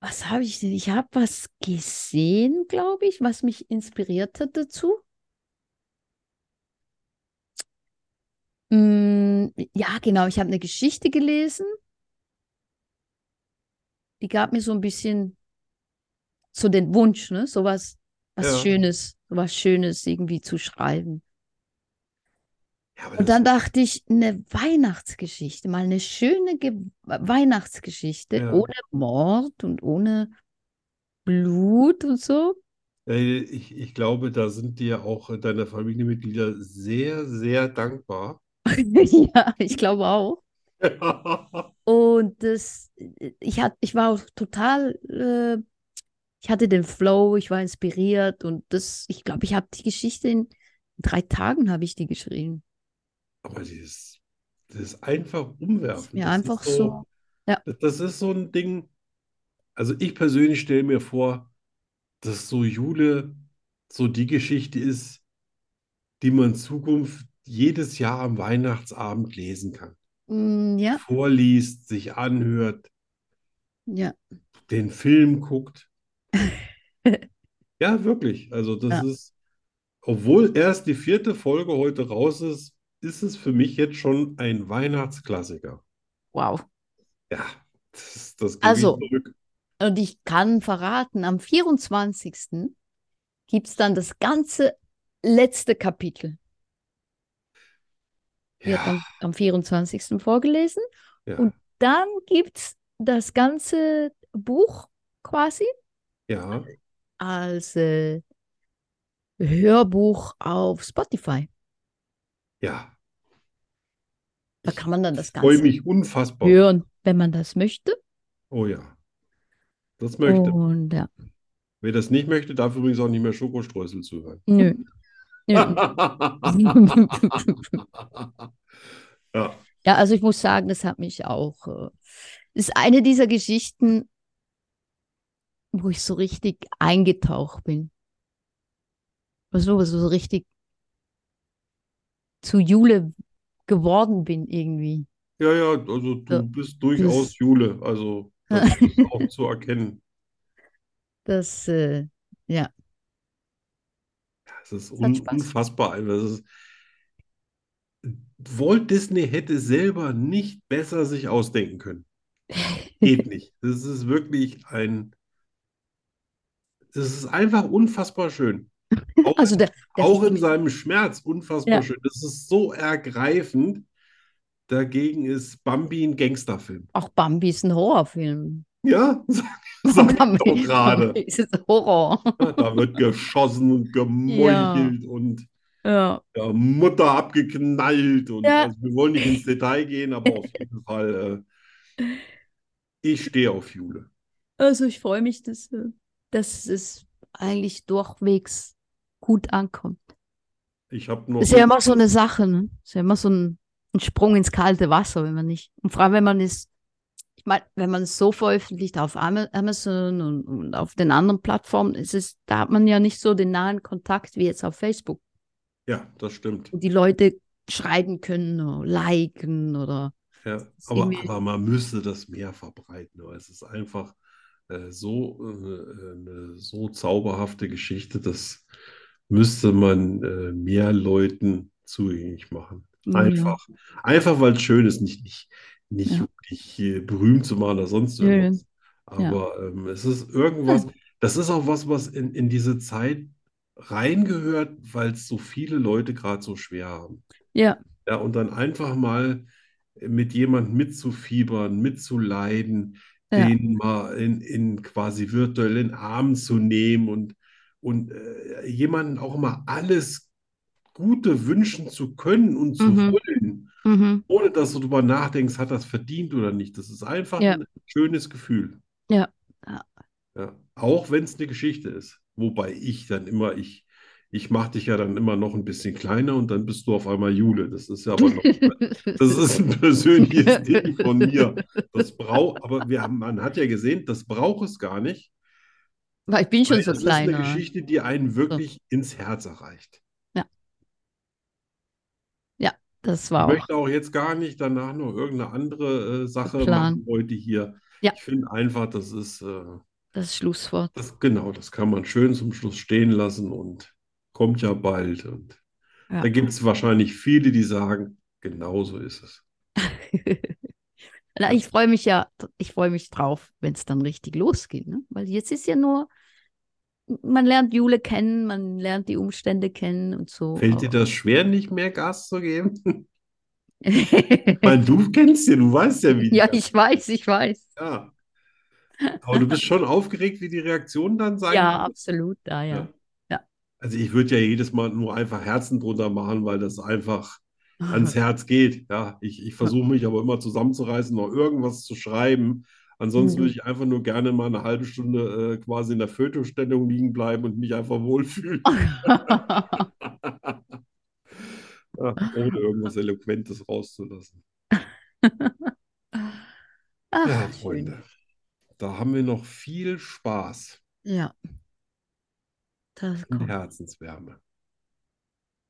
was habe ich denn? Ich habe was gesehen, glaube ich, was mich inspiriert hat dazu. Mm, ja, genau, ich habe eine Geschichte gelesen. Die gab mir so ein bisschen so den Wunsch, ne, sowas, was
Ja.
Schönes, was Schönes irgendwie zu schreiben.
ja, aber
Und
das
dann dachte ich, eine Weihnachtsgeschichte, mal eine schöne Ge Weihnachtsgeschichte
Ja.
ohne Mord und ohne Blut und so. [LAUGHS]
Äh, Ich, ich glaube, da sind dir auch äh, deine Familienmitglieder sehr, sehr dankbar.
Ja, ich glaube auch.
Ja,
Und das, ich hat, ich war auch total, äh, ich hatte den Flow, ich war inspiriert und das, ich glaube, ich habe die Geschichte in drei Tagen habe ich die geschrieben.
aber dieses, dieses einfach umwerfen,
Mir
das ist
einfach
so,
so, ja.
das ist so ein Ding, Also ich persönlich stelle mir vor, dass so Jule so die Geschichte ist, die man in Zukunft jedes Jahr am Weihnachtsabend lesen kann.
Mm, Ja,
Vorliest, sich anhört,
ja.
den
[LAUGHS]
Film guckt. Ja, wirklich. Also das
Ja.
ist, obwohl erst die vierte Folge heute raus ist, ist es für mich jetzt schon ein Weihnachtsklassiker.
Wow.
Ja, das, das gebe ich
Also,
zurück.
Und ich kann verraten, am 24. gibt es dann das ganze letzte Kapitel. Wird
Ja,
am, am 24. vorgelesen.
ja,
und- Dann gibt es das ganze Buch quasi
ja.
als äh, Hörbuch auf Spotify.
Ja,
Da kann man dann das
freue
Ganze
mich unfassbar.
hören, wenn man das möchte.
Oh ja, das möchte.
Und ja,
Wer das nicht möchte, darf übrigens auch nicht mehr Schokostreusel zuhören.
nö.
[LAUGHS]
nö.
Ja,
Ja, also ich muss sagen, das hat mich auch. äh, Ist eine dieser Geschichten, wo ich so richtig eingetaucht bin. Also so so richtig zu Jule geworden bin irgendwie.
ja, ja, also du
Ja.
bist durchaus Jule, also
[LAUGHS]
das ist auch zu erkennen.
Das, äh,
Das ist
hat
un
Spaß.
unfassbar. Das ist, Walt Disney hätte es selber nicht besser sich ausdenken können.
[LAUGHS]
Geht nicht. Das ist wirklich ein. Das ist einfach unfassbar schön. Auch,
also der, der
auch in seinem Schmerz unfassbar
Ja.
schön. Das ist so ergreifend. Dagegen ist Bambi ein Gangsterfilm.
auch Bambi ist ein Horrorfilm.
Ja, [LAUGHS] sag, sag ich
Bambi,
doch gerade.
Bambi [LAUGHS] ist ein Horror.
Da wird geschossen und gemeuchelt und.
Ja.
ja, Mutter abgeknallt und
Ja.
also wir wollen nicht ins Detail gehen, aber auf jeden Fall, äh, ich stehe auf Jule.
Also ich freue mich, dass, äh, dass es eigentlich durchwegs gut ankommt.
Ich habe noch
Ist ja immer so eine Sache, ne? Ist ja immer so ein, ein Sprung ins kalte Wasser, wenn man nicht. Und vor allem, wenn man es, ich meine, wenn man es so veröffentlicht auf Ama- Amazon und, und auf den anderen Plattformen, ist es, da hat man ja nicht so den nahen Kontakt wie jetzt auf Facebook,
Ja, das stimmt.
wo die Leute schreiben können oder liken oder
Ja,
ist
aber,
irgendwie-
aber man müsste das mehr verbreiten. aber Es ist einfach äh, so äh, eine so zauberhafte Geschichte, das müsste man äh, mehr Leuten zugänglich machen.
Ja.
Einfach. Einfach, weil es schön ist, nicht, nicht, nicht
Ja.
um dich äh, berühmt zu machen oder sonst
Nö.
irgendwas.
Ja.
Aber ähm, es ist irgendwas, das ist auch was, was in, in diese Zeit reingehört, weil es so viele Leute gerade so schwer haben.
Ja.
Ja, und dann einfach mal mit jemandem mitzufiebern, mitzuleiden,
Ja.
den mal in, in quasi virtuell in den Arm zu nehmen und, und äh, jemanden auch mal alles Gute wünschen zu können und zu
Mhm.
wollen,
Mhm.
ohne dass du darüber nachdenkst, hat das verdient oder nicht. Das ist einfach
Ja.
ein schönes Gefühl.
Ja. Ja.
Ja, auch wenn es eine Geschichte ist. Wobei ich dann immer, ich, ich mache dich ja dann immer noch ein bisschen kleiner und dann bist du auf einmal Jule. Das ist ja aber noch
[LAUGHS]
das ist ein persönliches Ding von mir. Das braucht, aber wir haben, man hat ja gesehen, das braucht es gar nicht.
Weil ich bin schon
weil
so
das ist
kleiner.
eine Geschichte, die einen wirklich ins Herz erreicht.
Das
Ich
war auch.
möchte auch jetzt gar nicht danach noch irgendeine andere äh, Sache
Plan.
machen heute hier.
Ja.
Ich finde einfach, das ist, äh,
Das
[LAUGHS]
Schlusswort.
das, genau, das kann man schön zum Schluss stehen lassen und kommt ja bald. Und
Ja.
da gibt es wahrscheinlich viele, die sagen, genau so ist es.
Na, ich freue mich ja, ich freue mich drauf, wenn es dann richtig losgeht. Ne? Weil jetzt ist ja nur, man lernt Jule kennen, man lernt die Umstände kennen und so.
Fällt dir das schwer, nicht mehr Gas zu geben?
[LAUGHS]
Weil du kennst ja, du weißt ja, wie die
Oh. ja,
das-
ich weiß, ich weiß.
ja. Aber du bist schon aufgeregt, wie die Reaktion dann sein
Ja,
wird?
absolut, da ja.
Also ich würde ja jedes Mal nur einfach Herzen drunter machen, weil das einfach
[LAUGHS]
ans Herz geht. Ja, ich, ich versuche mich aber immer zusammenzureißen, noch irgendwas zu schreiben. Ansonsten
Mhm.
würde ich einfach nur gerne mal eine halbe Stunde äh, quasi in der Fötusstellung liegen bleiben und mich
[LAUGHS]
einfach wohlfühlen. Ja, ohne irgendwas Eloquentes rauszulassen.
Ach,
Ja,
Ah, schön.
Freunde. Da haben wir noch viel Spaß
Ja. Das
und
kommt.
Herzenswärme.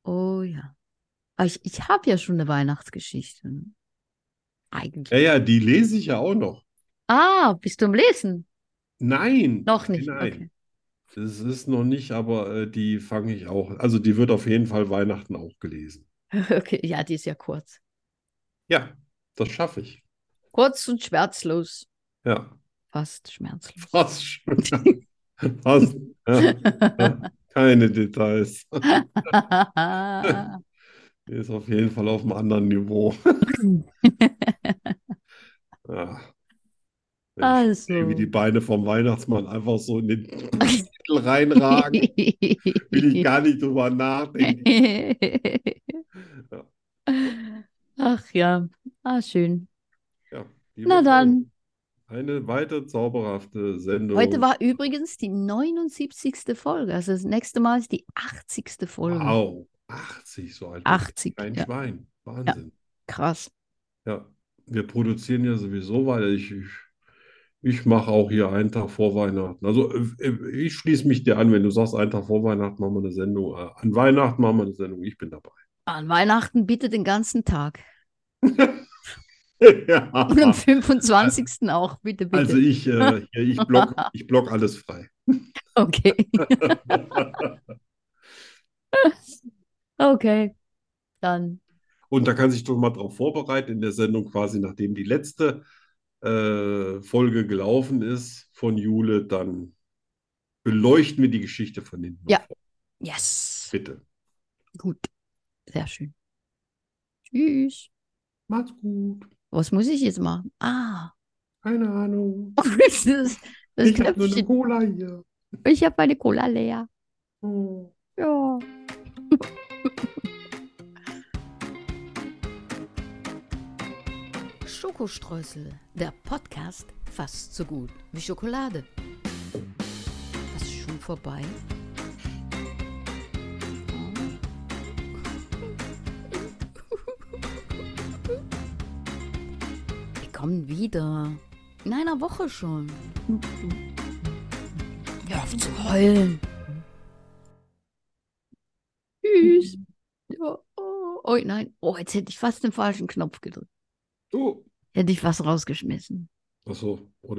Oh ja. Aber ich ich habe ja schon eine Weihnachtsgeschichte. ne? Eigentlich.
Ja, ja, die lese ich ja auch noch.
Ah, bist du im Lesen?
Nein,
Noch nicht.
Nein.
Okay.
das ist noch nicht, aber äh, die fange ich auch. Also die wird auf jeden Fall Weihnachten auch gelesen.
okay. [LAUGHS] Ja, die ist ja kurz.
Ja, das schaffe ich.
Kurz und schmerzlos.
Ja, [LAUGHS]
Fast schmerzlos.
fast schon. Fast. Ja, ja. Keine Details.
[LAUGHS]
Die ist auf jeden Fall auf einem anderen Niveau. Ja. Wenn ich
Also.
sehe, wie die Beine vom Weihnachtsmann einfach so in den Titel reinragen, will
[LAUGHS]
ich gar nicht drüber nachdenken.
Ach ja. Ah, schön.
Liebe
Na
Frau,
dann.
Eine weitere zauberhafte Sendung.
Heute war übrigens die 79. Folge. Also das nächste Mal ist die 80. Folge.
Wow, 80, so alt. ist
80.
Kein
Ja,
Schwein. Wahnsinn.
krass.
Ja, wir produzieren ja sowieso weiter. Ich, ich, ich mache auch hier einen Tag vor Weihnachten. Also äh, ich schließe mich dir an, wenn du sagst, einen Tag vor Weihnachten machen wir eine Sendung. äh, An Weihnachten machen wir eine Sendung. Ich bin dabei. [LAUGHS]
An Weihnachten bitte den ganzen Tag. Und am
Ja.
25. auch, bitte, bitte.
Also ich,
[LAUGHS]
äh, hier, ich block, ich block alles frei. [LAUGHS]
okay. okay. Dann.
Und da kann sich doch mal drauf vorbereiten, in der Sendung quasi, nachdem die letzte äh, Folge gelaufen ist von Jule, dann beleuchten wir die Geschichte von hinten nach
Ja.
vorne.
Yes.
Bitte.
Gut. Sehr schön. Tschüss.
Macht's gut.
Was muss ich jetzt machen? Ah, [LAUGHS]
Keine Ahnung.
das,
[LAUGHS]
das
Ich habe nur eine
Knöpfchen.
Cola hier.
Ich habe meine Cola leer.
Oh.
Ja.
Schokostreusel, der Podcast fast so gut wie Schokolade. Was ist schon vorbei? Wir kommen wieder. In einer Woche schon. Hör auf zu heulen.
Tschüss. Ja. Oh, oh nein. Oh, jetzt hätte ich fast den falschen Knopf gedrückt.
Du.
Hätte ich was rausgeschmissen.
Achso, oder